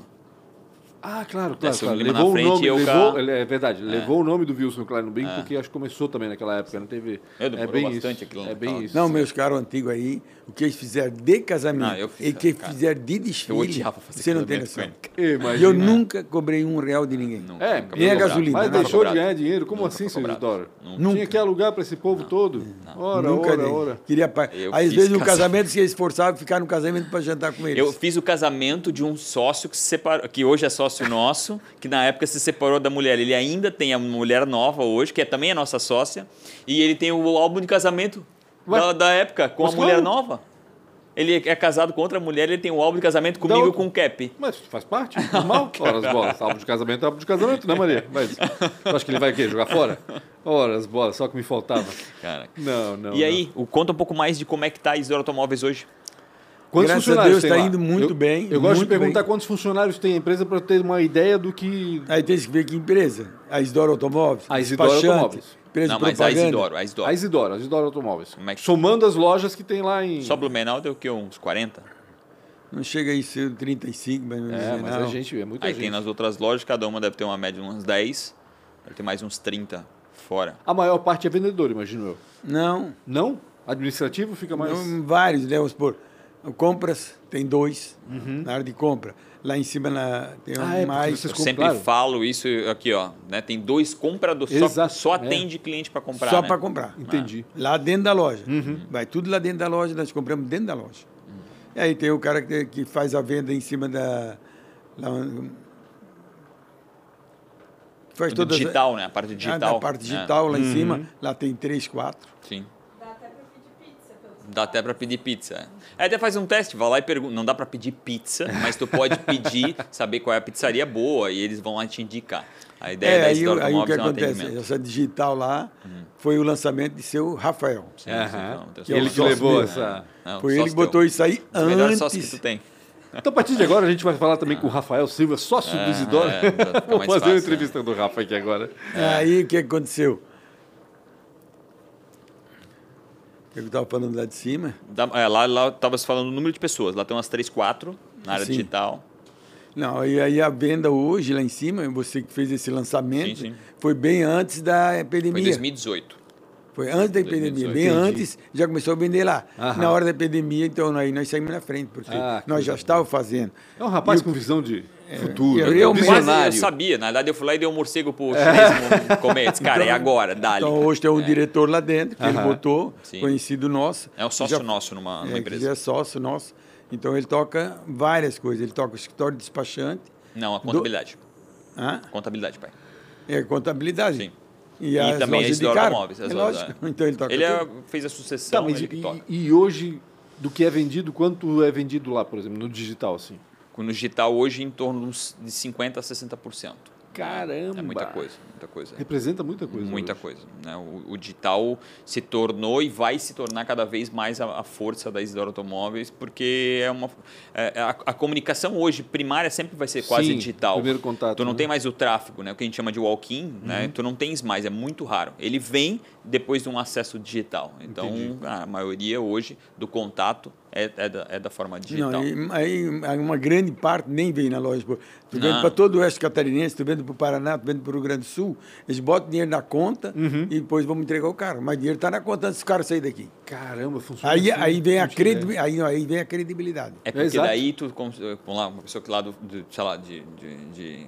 Ah, claro, claro. Décio claro. Lima na Levou o frente nome, e É, eu levou, cá. ele- é verdade, levou o nome do Wilson Kleinobin, porque acho que começou também naquela época, não teve. É, demorou é bem bastante isso. aquilo, tá. É bem naquela- isso. Não, meus caros antigos aí, o que eles fizeram de casamento Não, eu fiz, e o que eles cara. fizeram de desfile, Eu odiava fazer você não tem casamento com noção. ele. Imagina. E eu nunca cobrei um real de ninguém. Nunca, É, nem nunca foi a cobrado. gasolina, Mas nunca deixou né? cobrado. de ganhar dinheiro? Como Nunca assim, foi seu cobrado. Isidoro? Nunca. Tinha que alugar para esse povo todo? Ora, nunca ora, dei. ora. Queria pa... Eu Às fiz vezes no casamento. casamento se esforçava ficar no casamento para jantar com eles. Eu fiz o casamento de um sócio que se separou, que hoje é sócio nosso, que na época se separou da mulher. Ele ainda tem a mulher nova hoje, que é também a nossa sócia, e ele tem o álbum de casamento Ué? da, da época com Mas a mulher como? nova. Ele é casado com outra mulher, ele tem o álbum de casamento comigo e outra. com o Cap. Mas faz parte, normal. Ora as bolas, álbum de casamento, é álbum de casamento, né, Maria? Mas tu acha que ele vai o quê? Jogar fora? Ora as bolas, só que me faltava. Cara. Não, não. E não. aí, o- conta um pouco mais de como é que tá a Isidoro Automóveis hoje. Quantos Graças a funcionários Deus, tem tá lá? indo muito eu, bem, Eu gosto de muito perguntar bem. quantos funcionários tem a empresa para ter uma ideia do que. Aí tem que ver que empresa. A Isidoro Automóveis, A Isidoro despachante, Automóveis. empresa Não, de mas a propaganda. Isidoro, a Isidoro. A Isidoro, a Isidoro Automóveis. Como é que- Somando as lojas que tem lá em. Só Blumenau deu o quê? Uns 40? Não chega a isso 35, mas não É, sei, mas não. é gente, é muita Aí gente. tem nas outras lojas, cada uma deve ter uma média de uns 10, deve ter mais uns 30 fora. A maior parte é vendedor, imagino eu. Não. Não? Administrativo fica mais. Não, vários, né? Vamos supor, compras, tem dois Uhum. na área de compra. Lá em cima na, tem Ah, é, mais. porque Eu vocês sempre compraram? falo isso aqui, ó. Né? Tem dois compradores, só, Exato, só é. atende cliente para comprar. só né? Uhum. para comprar. Ah. Entendi. Lá dentro da loja. Vai tudo lá dentro da loja, nós compramos dentro da loja. E aí tem o cara que, que faz a venda em cima da. lá onde- faz Do todas digital, né? A parte Ah, digital. da parte né? digital lá em cima, lá tem três, quatro. Sim. Dá até pra pedir pizza pelo celular. Dá até para pedir pizza. É, até faz um teste, vai lá e pergunta. Não dá para pedir pizza, mas tu pode pedir, saber qual é a pizzaria boa e eles vão lá te indicar. A ideia da aí, o- Isidoro aí o que Automóveis é um acontece? atendimento. Uhum. Essa digital lá foi o lançamento de seu Rafael. Sim, Aham. então, Ele sócio que levou meu, essa. né? Não, Foi sócio ele que botou teu. isso aí Os melhores sócios que antes. tu tem. Então, a partir de agora, a gente vai falar também com o Rafael Silva, sócio do Isidoro. né? é, pra ficar Vou mais fazer fácil, uma entrevista do Rafa aqui agora. É. Aí o que aconteceu? Eu estava falando lá de cima. Dá- é, lá, lá tava se falando o número de pessoas. Lá tem umas 3, 4 na área Sim. digital. Não, e aí a venda hoje lá em cima, você que fez esse lançamento, Sim, sim. foi bem antes da Foi em epidemia. 2018. Foi antes da 2018. epidemia, bem Entendi. antes, já começou a vender lá. Aham. Na hora da epidemia, então aí nós saímos na frente, porque Ah, que nós já estávamos fazendo. É um rapaz com visão de futuro, né? eu realmente- Quase eu visionário. sabia. Na verdade, eu fui lá e dei um morcego pro chinês comer. Disse, Cara, é agora, dá-lhe. Então hoje tem um diretor lá dentro, que ele Aham. botou, é. Sim. conhecido nosso. É um sócio Já- nosso numa, numa é, que já empresa. é sócio nosso. Então ele toca várias coisas. Ele toca o escritório de despachante, Não, a contabilidade. hã? Contabilidade, pai. é contabilidade. Sim. E, E as também é lojas de escritório de carro. automóveis. as É lojas, lógico. é. Então ele toca Ele é- tudo. fez a Tá, sucessão, mas ele que e, toca. e hoje, do que é vendido, quanto é vendido lá, por exemplo, no digital, assim? No digital, hoje, em torno de uns- de 50% a 60%. Caramba! É muita coisa, muita coisa. Representa muita coisa. Muita hoje. coisa. Né? O, o digital se tornou e vai se tornar cada vez mais a, a força da Isidoro Automóveis, porque é uma, é- é a, a comunicação hoje primária sempre vai ser quase Sim, digital. primeiro contato, Tu não né? Uhum. tem mais o tráfego, né? o que a gente chama de walk-in, né? tu não tens mais, é muito raro. Ele vem depois de um acesso digital. Então, a maioria hoje do contato é, é da, é da forma digital. Não, e- aí, aí uma grande parte nem vem na loja. pô. Tu vende Não. para todo o oeste catarinense, tu vende para o Paraná, tu vende para o Rio Grande do Sul. Eles botam dinheiro na conta e depois vamos entregar o carro. Mas dinheiro está na conta antes do cara sair daqui. Caramba, funciona. Aí, assim, aí, vem a não tinha ideia. credi aí, aí vem a credibilidade. É porque exato. daí tu, com- vamos lá, uma pessoa que lá do, do- sei lá, de, de- de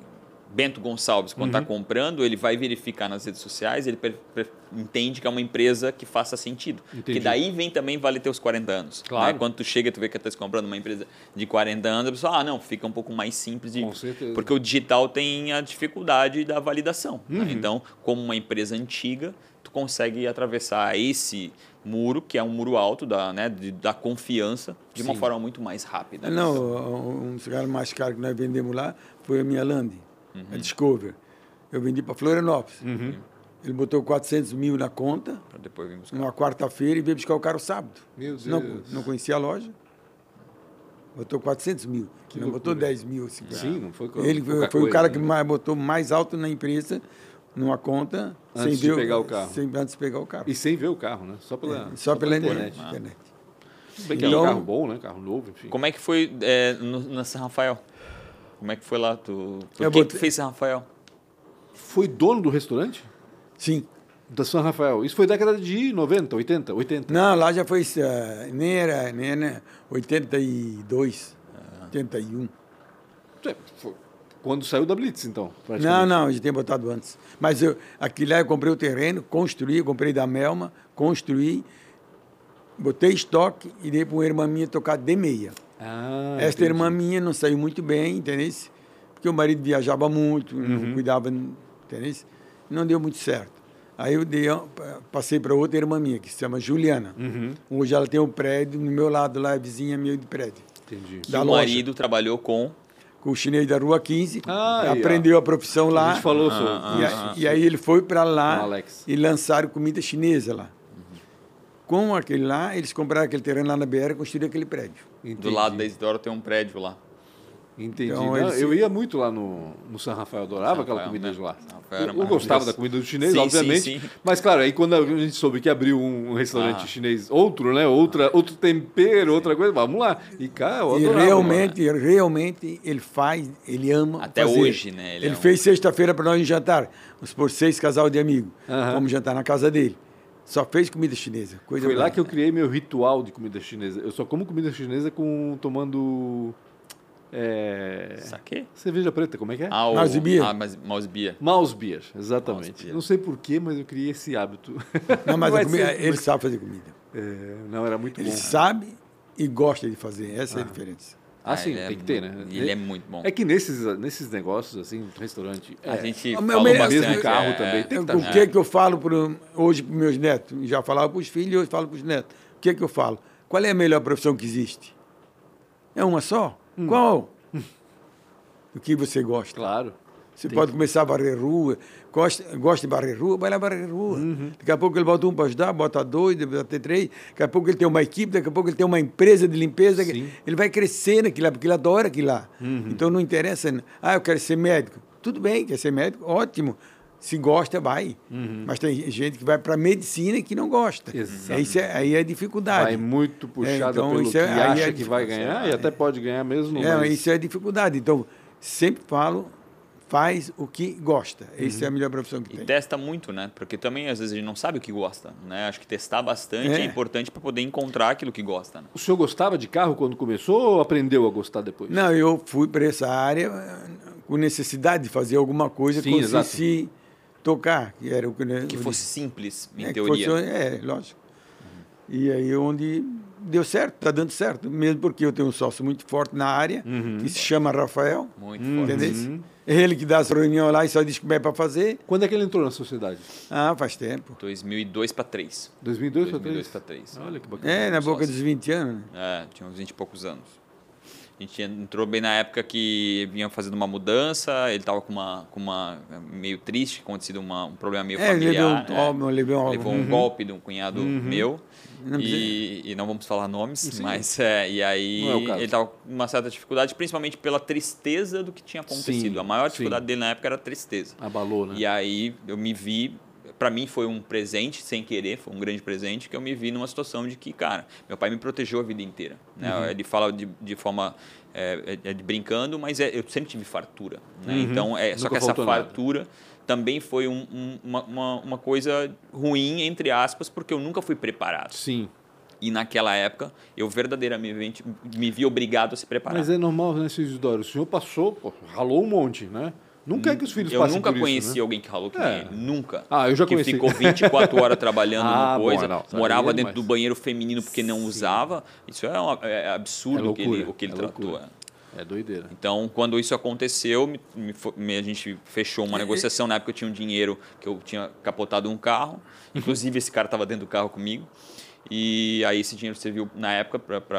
Bento Gonçalves, quando Uhum. está comprando, ele vai verificar nas redes sociais, ele per- per- entende que é uma empresa que faça sentido. Entendi. Que daí vem também valer teus 40 anos. né? Claro. Quando tu chega, tu vê que tu está comprando uma empresa de 40 anos, a pessoa, ah, não, fica um pouco mais simples. De, Com certeza. Porque o digital tem a dificuldade da validação. né? Uhum. Então, como uma empresa antiga, tu consegue atravessar esse muro, que é um muro alto da, né, de- da confiança, de uma Sim. forma muito mais rápida. Ah, né? Não, um cigarro mais caro que nós vendemos lá foi a minha Land, Uhum. a Discover. Eu vendi para Florianópolis. Ele botou 400 mil na conta, Pra depois vir buscar. numa quarta-feira, e veio buscar o carro sábado. Meu Não, Deus. não conhecia a loja. Botou 400 mil. não loucura. botou 10 mil. Assim, Sim, não foi co- Ele foi, pouca foi o coisa, cara né? que mais, botou mais alto na empresa, numa conta. Antes de pegar o carro. Sem, antes de pegar o carro. E sem ver o carro, né? Só pela, Só pela internet. internet. internet. Tudo bem que é um Então- carro bom, né? Carro novo, enfim. Como é que foi é, no, na São Rafael? Como é que foi lá? Tu, por que, Eu que tu botei- fez São Rafael? Foi dono do restaurante? Sim. Da São Rafael. Isso foi década de 90, 80, 80. Não, lá já foi. ah, nem era. né, Nem era 82, 81. É, foi Quando saiu da Blitz, então. Não, praticamente. não, a gente tem botado antes. Mas eu, aqui lá eu comprei o terreno, construí, comprei da Melma, construí, botei estoque e dei para uma irmã minha tocar de meia. Ah, Esta entendi. irmã minha não saiu muito bem, entendeu? Porque o marido viajava muito, Uhum. não cuidava, entendeu? Não deu muito certo. Aí eu dei, a- pa- passei para outra irmã minha, que se chama Juliana. Uhum. Hoje ela tem um prédio no meu lado, lá é vizinha minha de prédio. Entendi. Que o marido trabalhou com. com o chinês da Rua 15, Ah, aí, ó. aprendeu a profissão lá. A gente Ah, falou sobre. E, a- e aí ele foi para lá Com o Alex. Uhum. e lançaram comida chinesa lá. Com aquele lá, eles compraram aquele terreno lá na BR e construíram aquele prédio. Do lado da Isidoro tem um prédio lá. Entendi. Então, Não, eles- eu ia muito lá no, no San Rafael, adorava San aquela Rafael, comida né? de lá. San Rafael era Eu, eu gostava maravilhoso. da comida do chinês, Sim, sim, obviamente. sim. Mas, claro, aí quando a gente soube que abriu um um restaurante Ah. chinês, outro, né? Outra, outro tempero, outra coisa, vamos lá. E, cara, eu e adorava, realmente, realmente, ele faz, ele ama Até fazer. hoje, né? Ele Ele, é um- fez sexta-feira para nós um jantar. Vamos por seis casal de amigos. Aham. Vamos jantar na casa dele. Só fez comida chinesa. Coisa Foi lá boa. que eu criei meu ritual de comida chinesa. Eu só como comida chinesa com tomando é, Saquê? cerveja preta, como é que é? Ah, o, Mouse Beer. Ah, mas, Mouse Beer. Mouse beer, exatamente. Mouse beer. Não sei porquê, mas eu criei esse hábito. Não, mas a é Vai comi- ser- ele sabe fazer comida. É, não, era muito Ele bom. sabe e gosta de fazer. Essa é a diferença. Ah, sim, ele é tem que ter, né? mu- ele é muito bom. É que nesses, nesses negócios, assim, restaurante. A é, gente O falou meu falou mesmo bastante. carro é, também tem. que tá Então, o que que eu falo pro, hoje para meus netos? Já falava para os filhos, hoje falo para os netos. O que que eu falo? Qual é a melhor profissão que existe? É uma só? Hum. Qual? O que você gosta? Claro. Você pode começar a varrer rua, gosta, gosta de varrer rua, vai lá varrer rua. Uhum. Daqui a pouco ele bota um para ajudar, bota dois, depois bota três. Daqui a pouco ele tem uma equipe, daqui a pouco ele tem uma empresa de limpeza. Sim. Uhum. Ele vai crescer naquilo lá, porque ele adora aquilo lá. Então não interessa, né? ah, eu quero ser médico. Tudo bem, quer ser médico, ótimo. Se gosta, vai. Mas tem gente que vai para medicina que não gosta. Uhum. Exato. É Isso é, aí é a dificuldade. Vai muito puxada É, então, pelo isso que é- aí acha é que vai difícil, ganhar é. e até pode ganhar mesmo. É, mas- isso é dificuldade. Então, sempre falo, faz o que gosta. Essa é a melhor profissão que E tem. testa muito, né? Porque também às vezes a gente não sabe o que gosta, né? Acho que testar bastante é, É. importante para poder encontrar aquilo que gosta. Né? O senhor gostava de carro quando começou ou aprendeu a gostar depois? Não, eu fui para essa área eh, com necessidade de fazer alguma coisa Sim, que exato. conseguisse tocar, que era o que né, Que eu fosse simples, em É, que teoria. fosse- é, lógico. E aí é onde deu certo, está dando certo. Mesmo porque eu tenho um sócio muito forte na área, Uhum. que se chama Rafael. Muito forte. Entendeu? Uhum. É ele que dá as reuniões lá e só diz como é para fazer. Quando é que ele entrou na sociedade? Ah, faz tempo. 2002 para 3. 2002 para 3? 2002 para 3. Olha que bacana. É, na boca sócio. dos 20 anos. né? É, tinha uns 20 e poucos anos. A gente entrou bem na época que vinha fazendo uma mudança, ele estava com uma, com uma. meio triste, acontecido uma- um problema meio É, ele levou um familiar. né? tomo, levou um levou álbum. um Uhum. golpe de um cunhado meu. Não e, e não vamos falar nomes, mas é, e aí Não é o caso. ele estava com uma certa dificuldade, principalmente pela tristeza do que tinha acontecido. Sim, a maior sim. dificuldade dele na época era a tristeza. Abalou, né? E aí eu me vi, pra mim foi um presente, sem querer, foi um grande presente, que eu me vi numa situação de que, cara, meu pai me protegeu a vida inteira. Né? Uhum. Ele fala de, de forma é, é de brincando, mas é- eu sempre tive fartura. Né? Então, é, só Uhum. Nunca que essa faltou nada. fartura também foi um- um- uma, uma, uma coisa ruim, entre aspas, porque eu nunca fui preparado. Sim. E naquela época, eu verdadeiramente me vi obrigado a se preparar. Mas é normal, né, Silvio Isidoro? O senhor passou, pô, ralou um monte, né? Nunca é que os filhos Eu passem nunca por conheci isso, né? alguém que ralou que É. nem ele. Nunca. Ah, eu já que conheci. ficou 24 horas trabalhando Ah, numa bom, coisa, não, sabe, morava é dentro demais. do banheiro feminino porque não usava. Isso é, um- é absurdo É o que ele, loucura, o que ele é tratou. loucura. é. É doideira. Então, quando isso aconteceu, me- me fo- me- a gente fechou uma negociação. Na época eu tinha um dinheiro que eu tinha capotado um carro. Inclusive, esse cara estava dentro do carro comigo. E aí esse dinheiro serviu na época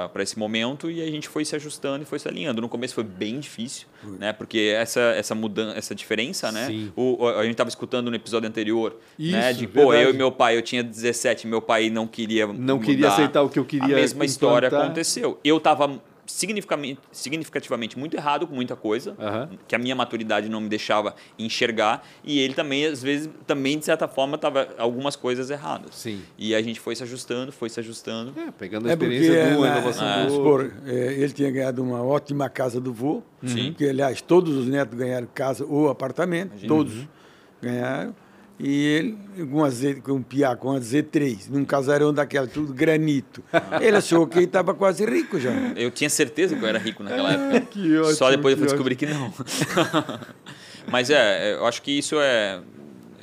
para esse momento e a gente foi se ajustando e foi se alinhando. No começo foi bem difícil, né? Porque essa essa mudança, essa diferença, né? Sim. O, o- a gente estava escutando no episódio anterior, né? Isso, De pô, verdade. eu e meu pai, eu tinha 17, meu pai não queria Não queria aceitar o que eu queria A mesma história implantar. aconteceu aconteceu. Eu estava significativamente, significativamente muito errado com muita coisa, Aham. que a minha maturidade não me deixava enxergar, e ele também, às vezes, também, de certa forma, estava algumas coisas erradas. Sim. E a gente foi se ajustando, foi se ajustando. É, pegando a É porque experiência de uma, a na- inovação Ah, vamos do outro. supor, é, ele tinha ganhado uma ótima casa do vô, Sim. que aliás todos os netos ganharam casa ou apartamento, todos ganharam. E ele com, a Z, com um piá, com a Z3, num casarão daquela, tudo granito. Ele achou que ele estava quase rico já. Eu tinha certeza que eu era rico naquela época. É, Que ótimo, Só depois eu que fui descobrir que não. Mas é, eu acho que isso é.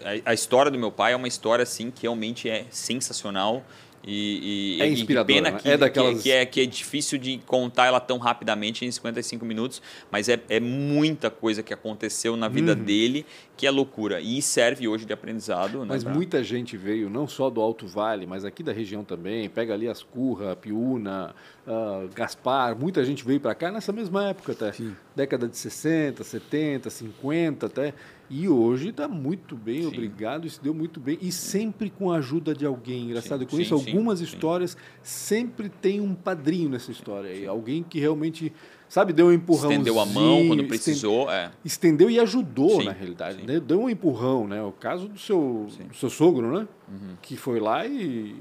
a- A história do meu pai é uma história, assim, que realmente é sensacional. E, e- É e que inspiradora, pena né? que, É daquelas- que, que é, que é difícil de contar ela tão rapidamente em 55 minutos, mas é, é muita coisa que aconteceu na vida dele que é loucura. E serve hoje de aprendizado. né, Mas pra- muita gente veio, não só do Alto Vale, mas aqui da região também. Pega ali as Curra, Piúna, ah, Gaspar. Muita gente veio para cá nessa mesma época até. Década de 60, 70, 50 até. E hoje está muito bem, obrigado. E se deu muito bem. E sempre com a ajuda de alguém. Engraçado Sim, com sim, isso, sim, algumas sim. histórias sempre tem um padrinho nessa história. aí. Alguém que realmente, sabe, deu um empurrão. Estendeu a mão quando precisou. É. estendeu e ajudou, Sim, na realidade. sim. né? Deu um empurrão, né? O caso do seu, do seu sogro, né? Uhum. Que foi lá e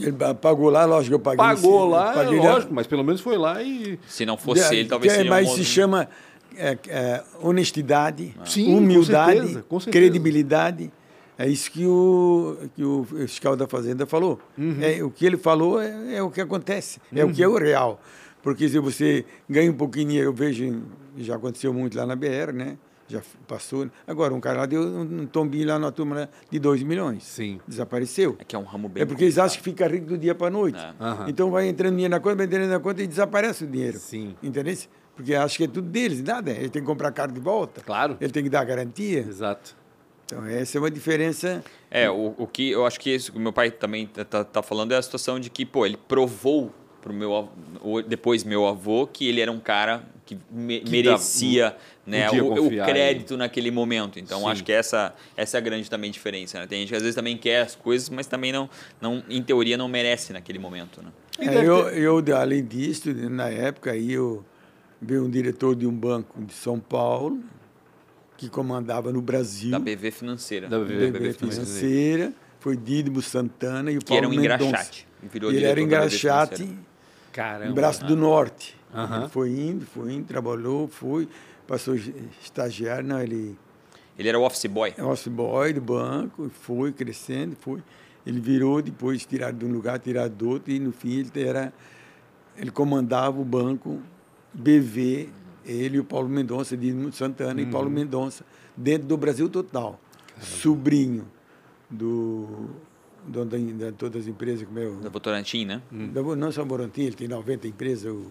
Ele pagou lá, lógico que eu paguei. pagou sim, lá, é paguei lógico, mas pelo menos foi lá e. Se não fosse É, ele, talvez que é, seria um Mas outro- se chama é, é, honestidade, Sim, com humildade, certeza, com certeza. credibilidade. É isso que o, que o fiscal da Fazenda falou. Uhum. É, o que ele falou é, é o que acontece, é o que é o real. Porque se você ganha um pouquinho de dinheiro, eu vejo, em- já aconteceu muito lá na BR, né? Já f- passou. Agora, um cara lá deu um um tombinho lá na turma né, de 2 milhões. Sim. Desapareceu. É que é um ramo bem É porque eles acham que fica rico do dia para a noite. É. Aham. Então vai entrando dinheiro na conta, vai entrando na conta e desaparece o dinheiro. Sim. Entendeu? Porque acham que é tudo deles, nada. Ele tem que comprar carro de volta. Claro. Ele tem que dar garantia. Exato. Então essa é uma diferença. É, o, o que eu acho que isso que o meu pai também tá- tá, tá falando é a situação de que, pô, ele provou pro meu av- o- depois meu avô que ele era um cara que, me- merecia né, podia o, o confiar crédito naquele momento. Então Sim. acho que essa, essa é a grande também diferença. Né? Tem gente que às vezes também quer as coisas, mas também não, não em teoria não merece naquele momento. Né? E É, deve eu, eu, além disso, na época aí eu veio um diretor de um banco de São Paulo que comandava no Brasil. Da BV financeira. Da BV da BB financeira. Foi Dídimo Santana e o Que era Paulo um Mendonça. engraxate. Virou Ele era diretor da BB engraxate, financeira. Caramba. em Um Braço do Norte. Aham. Ele foi indo, foi indo, trabalhou, foi, passou es- estagiário, não, ele Ele era o office boy. é office boy do banco, foi crescendo, foi. Ele virou depois tirado de um lugar, tirado do outro, e no fim ele era. Ele comandava o banco BV, ele e o Paulo Mendonça, Edmundo Santana Uhum. e Paulo Mendonça, dentro do Brasil total. Sobrinho do dono da, da- todas as empresas, como é o. Da Votorantim, né? Hum. Da, não só Morantim, ele tem 90 empresas, o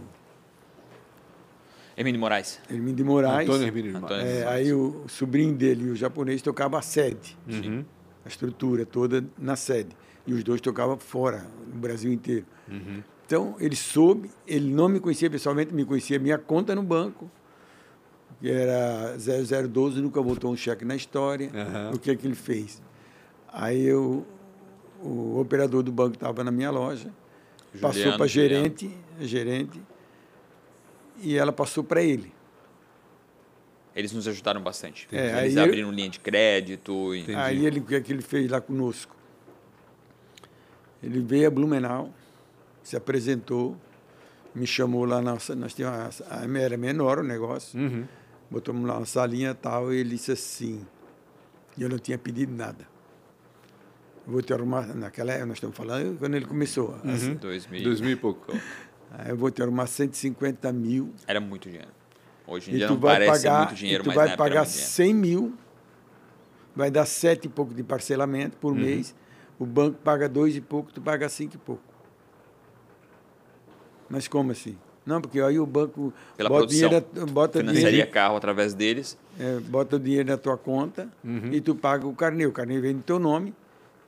Emílio Moraes. Hermínio de Moraes. Antônio Ah, Hermínio de Antônio. Moraes. É, aí o, o sobrinho dele e o japonês tocavam a sede, Uhum. a estrutura toda na sede. E os dois tocavam fora, no Brasil inteiro. Uhum. Então, ele soube, ele não me conhecia pessoalmente, me conhecia minha conta no banco, que era 0012, nunca botou um cheque na história. Aham. O que é que ele fez? Aí eu, o operador do banco estava na minha loja, passou Juliano, Juliano. para gerente, gerente, e ela passou para ele. Eles nos ajudaram bastante. É, Eles aí eu- abriram linha de crédito. e- Aí ele, o que, é que ele fez lá conosco? Ele veio a Blumenau, se apresentou, me chamou lá, na, sa- nós tínhamos uma, sa- era menor o negócio, botamos lá uma salinha e tal, e ele disse assim, e eu não tinha pedido nada. Vou te arrumar, naquela época, nós estamos falando, quando ele começou, Uhum. assim, 2000. 2000 e pouco. aí eu vou te arrumar 150 mil Era muito dinheiro. Hoje em e dia tu não vai parece pagar, muito dinheiro, e tu mas na vai época era pagar muito dinheiro. 100 mil, vai dar sete e pouco de parcelamento Uhum. por mês, o banco paga dois e pouco, tu paga cinco e pouco. Mas como assim? Não, porque aí o banco Pela bota, produção. dinheiro, na- bota, Financiaria dinheiro, carro através deles. é, bota o dinheiro na tua conta Uhum. e tu paga o carnê. O carnê vem do teu nome,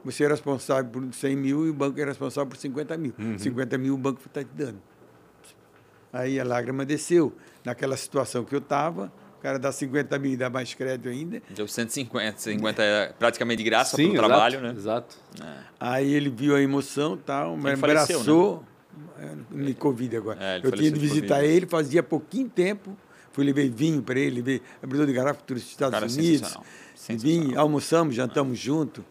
você é responsável por 100 mil e o banco é responsável por 50 mil. Uhum. 50 mil o banco está te dando. Aí a lágrima desceu. Naquela situação que eu estava, o cara dá 50 mil e dá mais crédito ainda. Deu 150, 50 era é praticamente de graça Sim, pelo exato, trabalho, né? Exato. Aí ele viu a emoção tal, me Ele faleceu, né? abraçou. É, Me convida agora. É, ele eu tinha faleceu ido de visitar Covid. ele, fazia pouquinho tempo. Fui levei vinho para ele, levei abridor de garrafa dos Estados Cara, Unidos. sensacional, Vinho, sensacional. almoçamos, jantamos junto.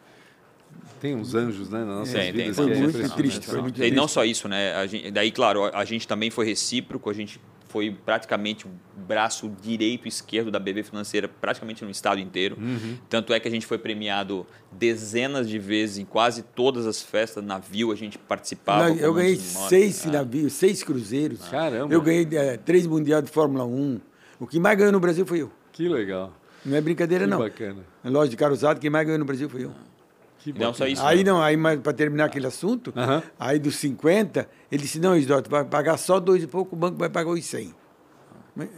Tem uns anjos, né, nas nossas Tem, tem, vidas. que tem. é Foi muito impressionante. triste, foi muito E não triste. só isso, né? A gente- daí, claro, a gente também foi recíproco, a gente foi praticamente o braço direito e esquerdo da BB Financeira, praticamente no estado inteiro. Uhum. Tanto é que a gente foi premiado dezenas de vezes em quase todas as festas, navio a gente participava. Não, eu como ganhei um dos maiores. seis Ah, navios, seis cruzeiros. Ah, Caramba. Eu ganhei eh, três mundial de Fórmula 1. O que mais ganhou no Brasil foi eu. Que legal. Não é brincadeira, Que não. bacana. Na loja de carro usado, quem mais ganhou no Brasil foi eu. Que Não, Então, só bacana. isso. Aí não, aí para terminar aquele assunto, É Aham. aí dos 50, ele disse, não, Isdócio, vai pagar só dois e pouco, o banco vai pagar os 100. Mas-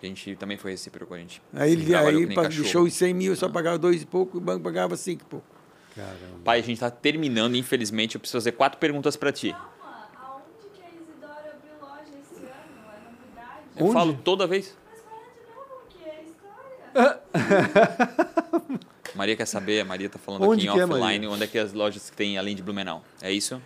A gente também foi recíproco, a gente. Aí ele trabalhou aí, que nem pa- cachorro. deixou os 100 mil, eu só pagava dois e pouco, o banco pagava cinco e pouco. Caramba. Pai, a gente tá terminando, infelizmente, eu preciso fazer quatro perguntas para ti. Calma, aonde que a Isidora abriu loja esse ano? É novidade? Eu falo toda vez. Mas fala de novo, que é história. Maria quer saber, a Maria tá falando Onde aqui que em é, offline, Maria? onde é que as lojas que tem além de Blumenau. É isso?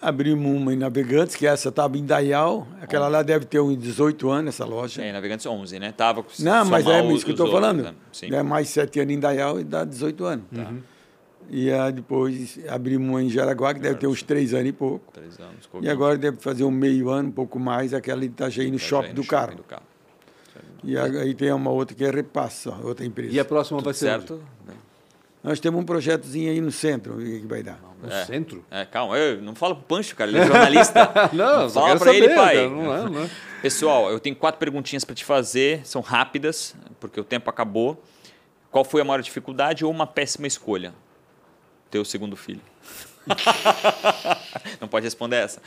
Abrimos uma em Navegantes, que é essa estava em Dayal, aquela lá deve ter uns 18 anos, essa loja. É, Navegantes 11, né? Tava com Não, mas é somar isso que eu os estou outros, falando. né? Sim. É mais sete anos em Dayal e dá 18 anos. Uhum. E aí depois abrimos uma em Jaraguá, que deve ter uns três anos e pouco. Três anos, E Covid. agora deve fazer um meio ano, um pouco mais, aquela de Itajaí no Tá shopping já do no carro. do carro. E aí tem uma outra que é repassa, outra empresa. E a próxima vai ser onde? Certo? Nós temos um projetozinho aí no centro, o que que vai dar? No É. centro? É, calma, eu não fala pro Pancho, cara, ele é jornalista. Não, só fala quero pra saber. ele, pai. cara, Não é, não é. Pessoal, eu tenho quatro perguntinhas para te fazer, são rápidas, porque o tempo acabou. Qual foi a maior dificuldade ou uma péssima escolha? Teu segundo filho. Não pode responder essa.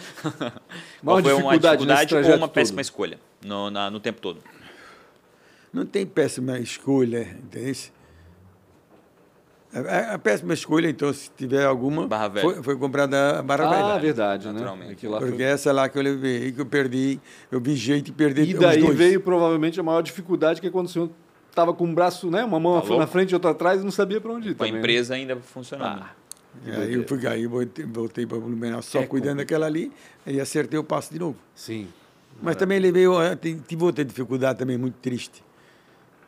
Qual Maior foi uma dificuldade nesse dificuldade ou trajeto uma péssima todo? escolha no, na- no tempo todo? Não tem péssima escolha, entende? A, a- a péssima escolha, então, se tiver alguma, Barra Velha. foi, foi comprada a Barra Ah, Velha. verdade, né? Naturalmente. Aquilo lá foi- Porque essa lá que eu levei, que eu perdi, eu vi jeito de perder E os daí dois. veio provavelmente a maior dificuldade, que é quando o senhor estava com um braço, né? Uma mão Tá na louco? frente e outra atrás e não Ah, sabia para onde ir Com a também. né? empresa ainda funcionando. Aí eu, fui, aí eu voltei, voltei para Blumenau só É, cuidando daquela ali, aí acertei o passo de novo. Sim. É. Mas também levei, eu te- tive outra dificuldade também muito triste.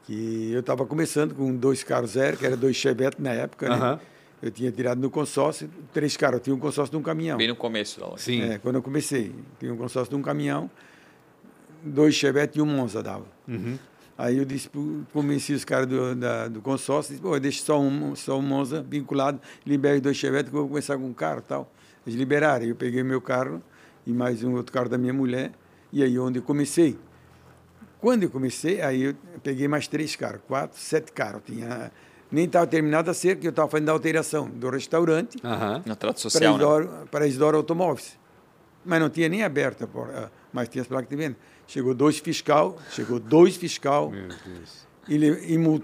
Que eu estava começando com dois carros zero, que era dois Chevette na época, né? Aham. Eu tinha tirado no consórcio três carros. Eu tinha um consórcio de um caminhão. Bem no começo da loja. Sim. É, quando eu comecei, tinha um consórcio de um caminhão, dois Chevette e um Monza dava. Aí eu disse, pro- convenci os caras do, da- do consórcio, disse, pô, deixa só um, só um Monza vinculado, libera os dois Chevette que eu vou começar com um carro e tal. Eles liberaram. Aí Eu peguei meu carro e mais um outro carro da minha mulher, e aí onde eu comecei. Quando eu comecei, aí eu peguei mais três carros, quatro, sete carros. Tinha, nem estava terminada a cerca, eu estava fazendo a alteração do restaurante Aham. Na trata para social, né? Isidoro, para Isidoro Automóveis. Mas não tinha nem aberto, a por- a- mas tinha as placas de venda. Chegou dois fiscal, chegou dois fiscal, Meu É. Deus. e, le- e mu-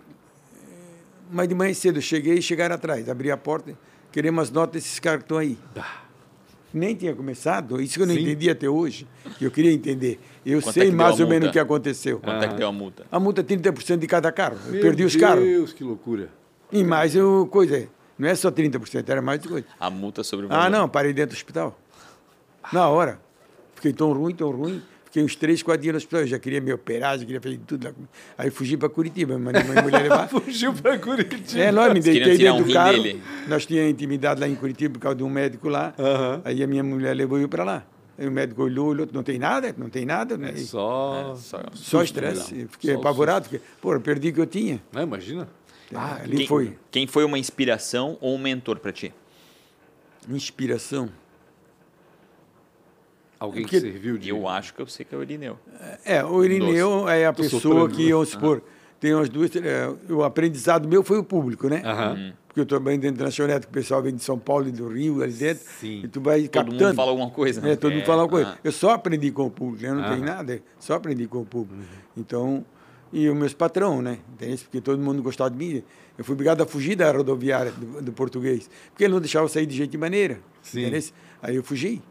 mas de manhã cedo eu cheguei e chegaram atrás, abri a porta, queremos as notas desses caras que estão aí. Nem tinha começado, isso que eu não Sim. entendi até hoje, que eu queria entender. Eu Quanto é sei que deu mais a ou menos multa? o que aconteceu. Quanto é Ah. que deu a multa? A multa é 30% de cada carro, eu Meu perdi os carros. Deus, que loucura. E mais eu, coisa, não é só 30%, era mais de coisa. A multa sobre o Ah, valor. não, parei dentro do hospital. Na hora. Fiquei tão ruim, tão ruim. Fiquei uns três, quatro dias no hospital. Eu já queria me operar, já queria fazer tudo. lá. Aí fugi para Curitiba, mandei minha mulher levar. Fugiu pra Curitiba. É, nós me Vocês queriam deitei tirar um dentro do rim carro. dele? Nós tínhamos intimidade lá em Curitiba por causa de um médico lá. Aham. Aí a minha mulher levou eu para lá. Aí o médico olhou, olhou, não tem nada, não tem nada. né? É Só. Só- Só estresse. Fiquei Só o apavorado. Fiquei, Pô, eu perdi o que eu tinha. Não, né, imagina. Ali Quem foi. quem foi uma inspiração ou um mentor pra ti? Inspiração. Alguém Porque que serviu de. Eu acho que eu sei que é o Irineu. É, o Irineu é a Tô pessoa soprando, que, né? vamos supor, tem as duas. é, o aprendizado meu foi o público, né? Aham. Porque eu trabalho dentro da lanchonete, que o pessoal vem de São Paulo e do Rio, ali dentro. Sim. E tu vai Todo captando. mundo fala alguma coisa. né? É, todo mundo fala uma coisa. ah. Eu só aprendi com o público, eu não Aham. Uhum. tenho nada, só aprendi com o público. Então, e os meus patrão, né? Entende? Porque todo mundo gostava de mim. Eu fui obrigado a fugir da rodoviária do, do português, porque ele não deixava eu sair de jeito de maneira. Sim. entende? Aí eu fugi.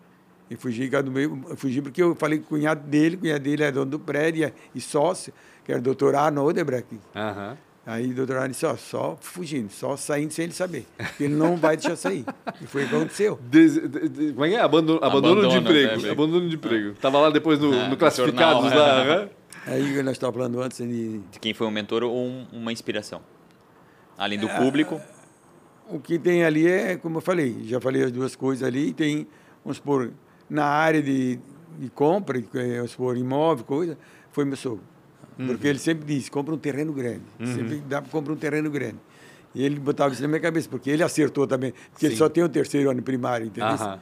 E fugi, por causa do meu, eu fugi porque eu falei com o cunhado dele, o cunhado dele era dono do prédio e- é, e sócio, que era o doutor Arno Odebrecht. Aham. Aí o doutor Arno disse, ó, só fugindo, só saindo sem ele saber, porque ele não vai deixar sair. E foi o que aconteceu. Des- de- de- como é que é? Abandono, abandono de Abandono, emprego. né, meio- abandono de emprego. Tava lá depois no, Ah, no no Classificados jornal, lá. né? aham. Aí nós estávamos falando antes de De Quem foi um mentor ou um- uma inspiração? Além É. do público, O que tem ali é, como eu falei, já falei as duas coisas ali, tem, vamos supor, na área de, de compra, eh, vamos supor, imóvel, coisa, foi meu sogro. Uhum. Porque ele sempre disse, compra um terreno grande. Sempre dá para comprar um terreno grande. E ele botava isso na minha cabeça, porque ele acertou também. Porque ele Sim. só tem o terceiro ano primário, entendeu? Aham.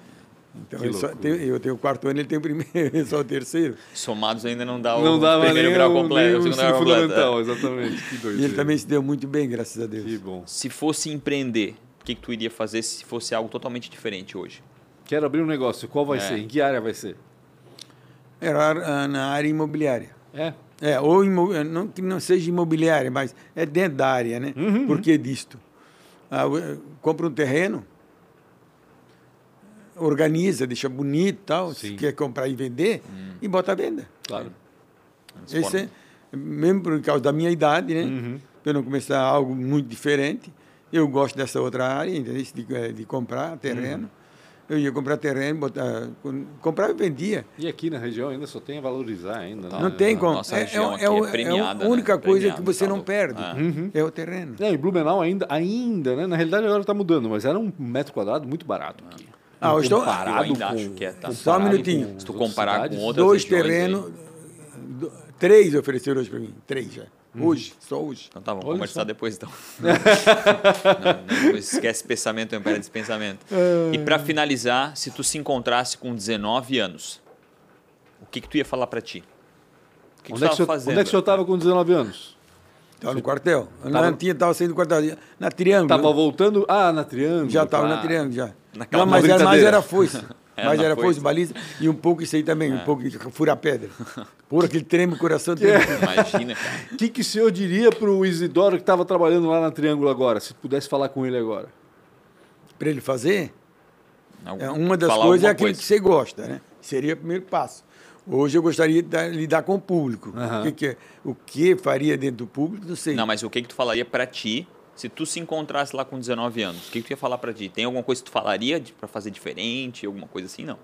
Então, Que ele só loucura. tem- eu tenho o quarto ano, ele tem o primeiro, ele só o terceiro. somados ainda não dá Não o dava primeiro nem grau o- nem completo, o o segundo grau ensino completo. é. fundamental, exatamente. Que doido. E ele também se deu muito bem, graças a Deus. Que bom. Se fosse empreender, o que, que tu iria fazer se fosse algo totalmente diferente hoje? Quero abrir um negócio. Qual vai É. ser? Em que área vai ser? Era ah, na área imobiliária. É? É, ou imo- não que não seja imobiliária, mas é dentro da área, né? Por que disto? Ah, o- compra um terreno, organiza, deixa bonito e tal, Sim. se quer comprar e vender, e bota à venda. Claro. Esse é, mesmo por causa da minha idade, né? Para eu não começar algo muito diferente, eu gosto dessa outra área, entendeu? de, eh, de comprar terreno. Eu ia comprar terreno, botar, comprar e vendia. E aqui na região ainda só tem a valorizar ainda. né? Não tem a como. nossa É- região é, aqui é, é o- premiada, é a única né? coisa Premiada, que você não tá perde. louco. Ah. É o terreno. É, e Blumenau ainda, ainda, né? Na realidade agora está mudando, mas era um metro quadrado muito barato aqui. Ah, eu estou- Eu comparado ainda com- acho que é, tá? Só um Comparado minutinho. com- se com tu comparar com outras outras Dois regiões aí. terrenos, do- três ofereceram hoje para mim. Três já. Uhum. Hoje, só hoje. Então tá, vamos Olha conversar só. depois então. não, não, não esquece pensamento, é um império desse pensamento. E pra finalizar, se tu se encontrasse com 19 anos, o que que tu ia falar pra ti? O que, que Onde é que, tu o senhor- tava fazendo? onde é que o senhor estava com 19 anos? Estava no quartel. Não tinha, estava saindo do quartel. Na Triângulo. né? Estava voltando. Ah, na Triângulo. já estava tá. na Triângulo, já. Naquela Não, mas, era, mas brincadeira. era foice. Era mas na era foice. É. foice, baliza. E um pouco isso aí também, um pouco de fura-pedra. Por aquele treme, o coração é? treme. Imagina, cara. O que, que o senhor diria para o Isidoro que estava trabalhando lá na Triângulo agora, se pudesse falar com ele agora? Para ele fazer, Algum- É, uma das falar coisas é alguma aquilo coisa. que você gosta, né? Seria o primeiro passo. Hoje eu gostaria de dar- lidar com o público. Aham. O, que, que é- o que faria dentro do público, não sei. Não, mas o que que tu falaria pra ti se tu se encontrasse lá com 19 anos? O que que tu ia falar pra ti? Tem alguma coisa que tu falaria de- pra fazer diferente? Alguma coisa assim? Não.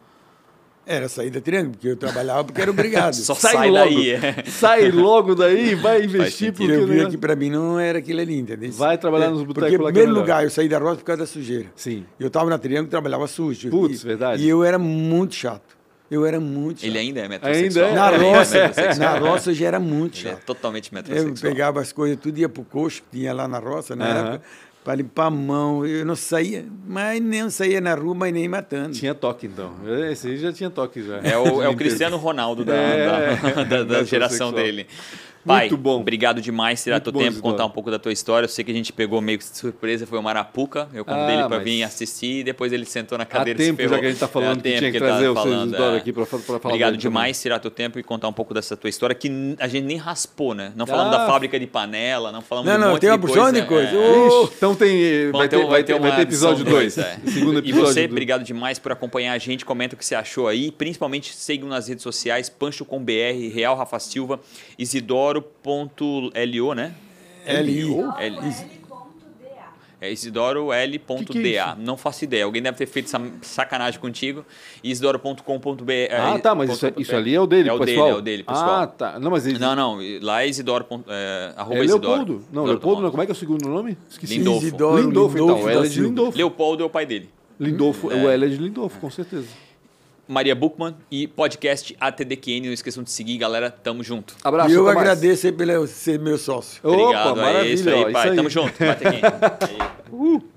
Era sair da Triângulo, porque eu trabalhava porque era obrigado. Só sai logo, daí, é. Sai logo daí e vai investir sentido. porque não eu vi é- que para mim não era aquilo ali, entendeu? Vai trabalhar nos botecos Porque, em lá que é primeiro melhor. lugar, eu saí da roça por causa da sujeira. Sim. Eu estava na Triângulo, trabalhava sujo. Putz, E- verdade. E eu era muito chato. Eu era muito chato. Ele ainda é metrosexual. Ainda é? Na Ele roça, metrosexual. na roça eu já era muito Ele é chato. totalmente Eu metrosexual. pegava as coisas, tudo ia pro coxo que tinha lá na roça, na Aham. época, para limpar a mão. Eu não saía, mas nem saía na rua, mas nem matando. Tinha toque, então. Esse aí já tinha toque já. É o, é o Cristiano Ronaldo da, É. da- da- da Metrosexual. geração dele. Pai, Muito bom. obrigado demais por tirar Muito teu bom, tempo, Isidoro. contar um pouco da tua história. Eu sei que a gente pegou meio que de surpresa, foi o Marapuca. Eu convidei Ah, ele para mas- vir assistir e depois ele sentou na Há cadeira e se tempo ferrou. É, já que a gente tá Há falando que tempo tinha que ele trazer tá o seu falando, Isidoro é. aqui para falar Obrigado dele também. demais tirar teu tempo e contar um pouco dessa tua história, que n- a gente nem raspou, né? Não falamos Ah. da fábrica de panela, não falamos Não, de um não, monte tem de uma porção de coisa. É. Ô, Ixi, então tem, Bom, vai, então ter, vai, ter, vai uma ter episódio edição 2. dois, é. Segundo E episódio. você, do- obrigado demais por acompanhar a gente. Comenta o que você achou aí. Principalmente sigam nas redes sociais, Pancho com BR, Real Rafa Silva, Isidoro.lo, né? L.I. L- L.D.A. É isidorol.da. Que que é isso? não faço ideia. Alguém deve ter feito essa sacanagem contigo. Isidoro.com.br. Ah, tá, mas isso, isso ali é o dele, É o pessoal. dele, é o dele, pessoal. Ah, tá. Não, mas ele, Não, não. Lá é Isidoro. ponto- É, é arroba Isidoro. Leopoldo. Não, Isidoro Leopoldo não. Tomato. Como é que é o segundo nome? Esqueci. Lindolfo. Lindolfo, Lindolfo, então. O L é assim. de Lindolfo. Leopoldo é o pai dele. Lindolfo. O L é de Lindolfo, com certeza. Maria Buchmann e podcast ATDQN. Não esqueçam de seguir, galera. Tamo junto. Abraço, E eu Tomás. agradeço aí pelo ser meu sócio. Opa, Obrigado. é maravilha. isso aí, ó, pai. Tamo junto. Bate aqui. Uh.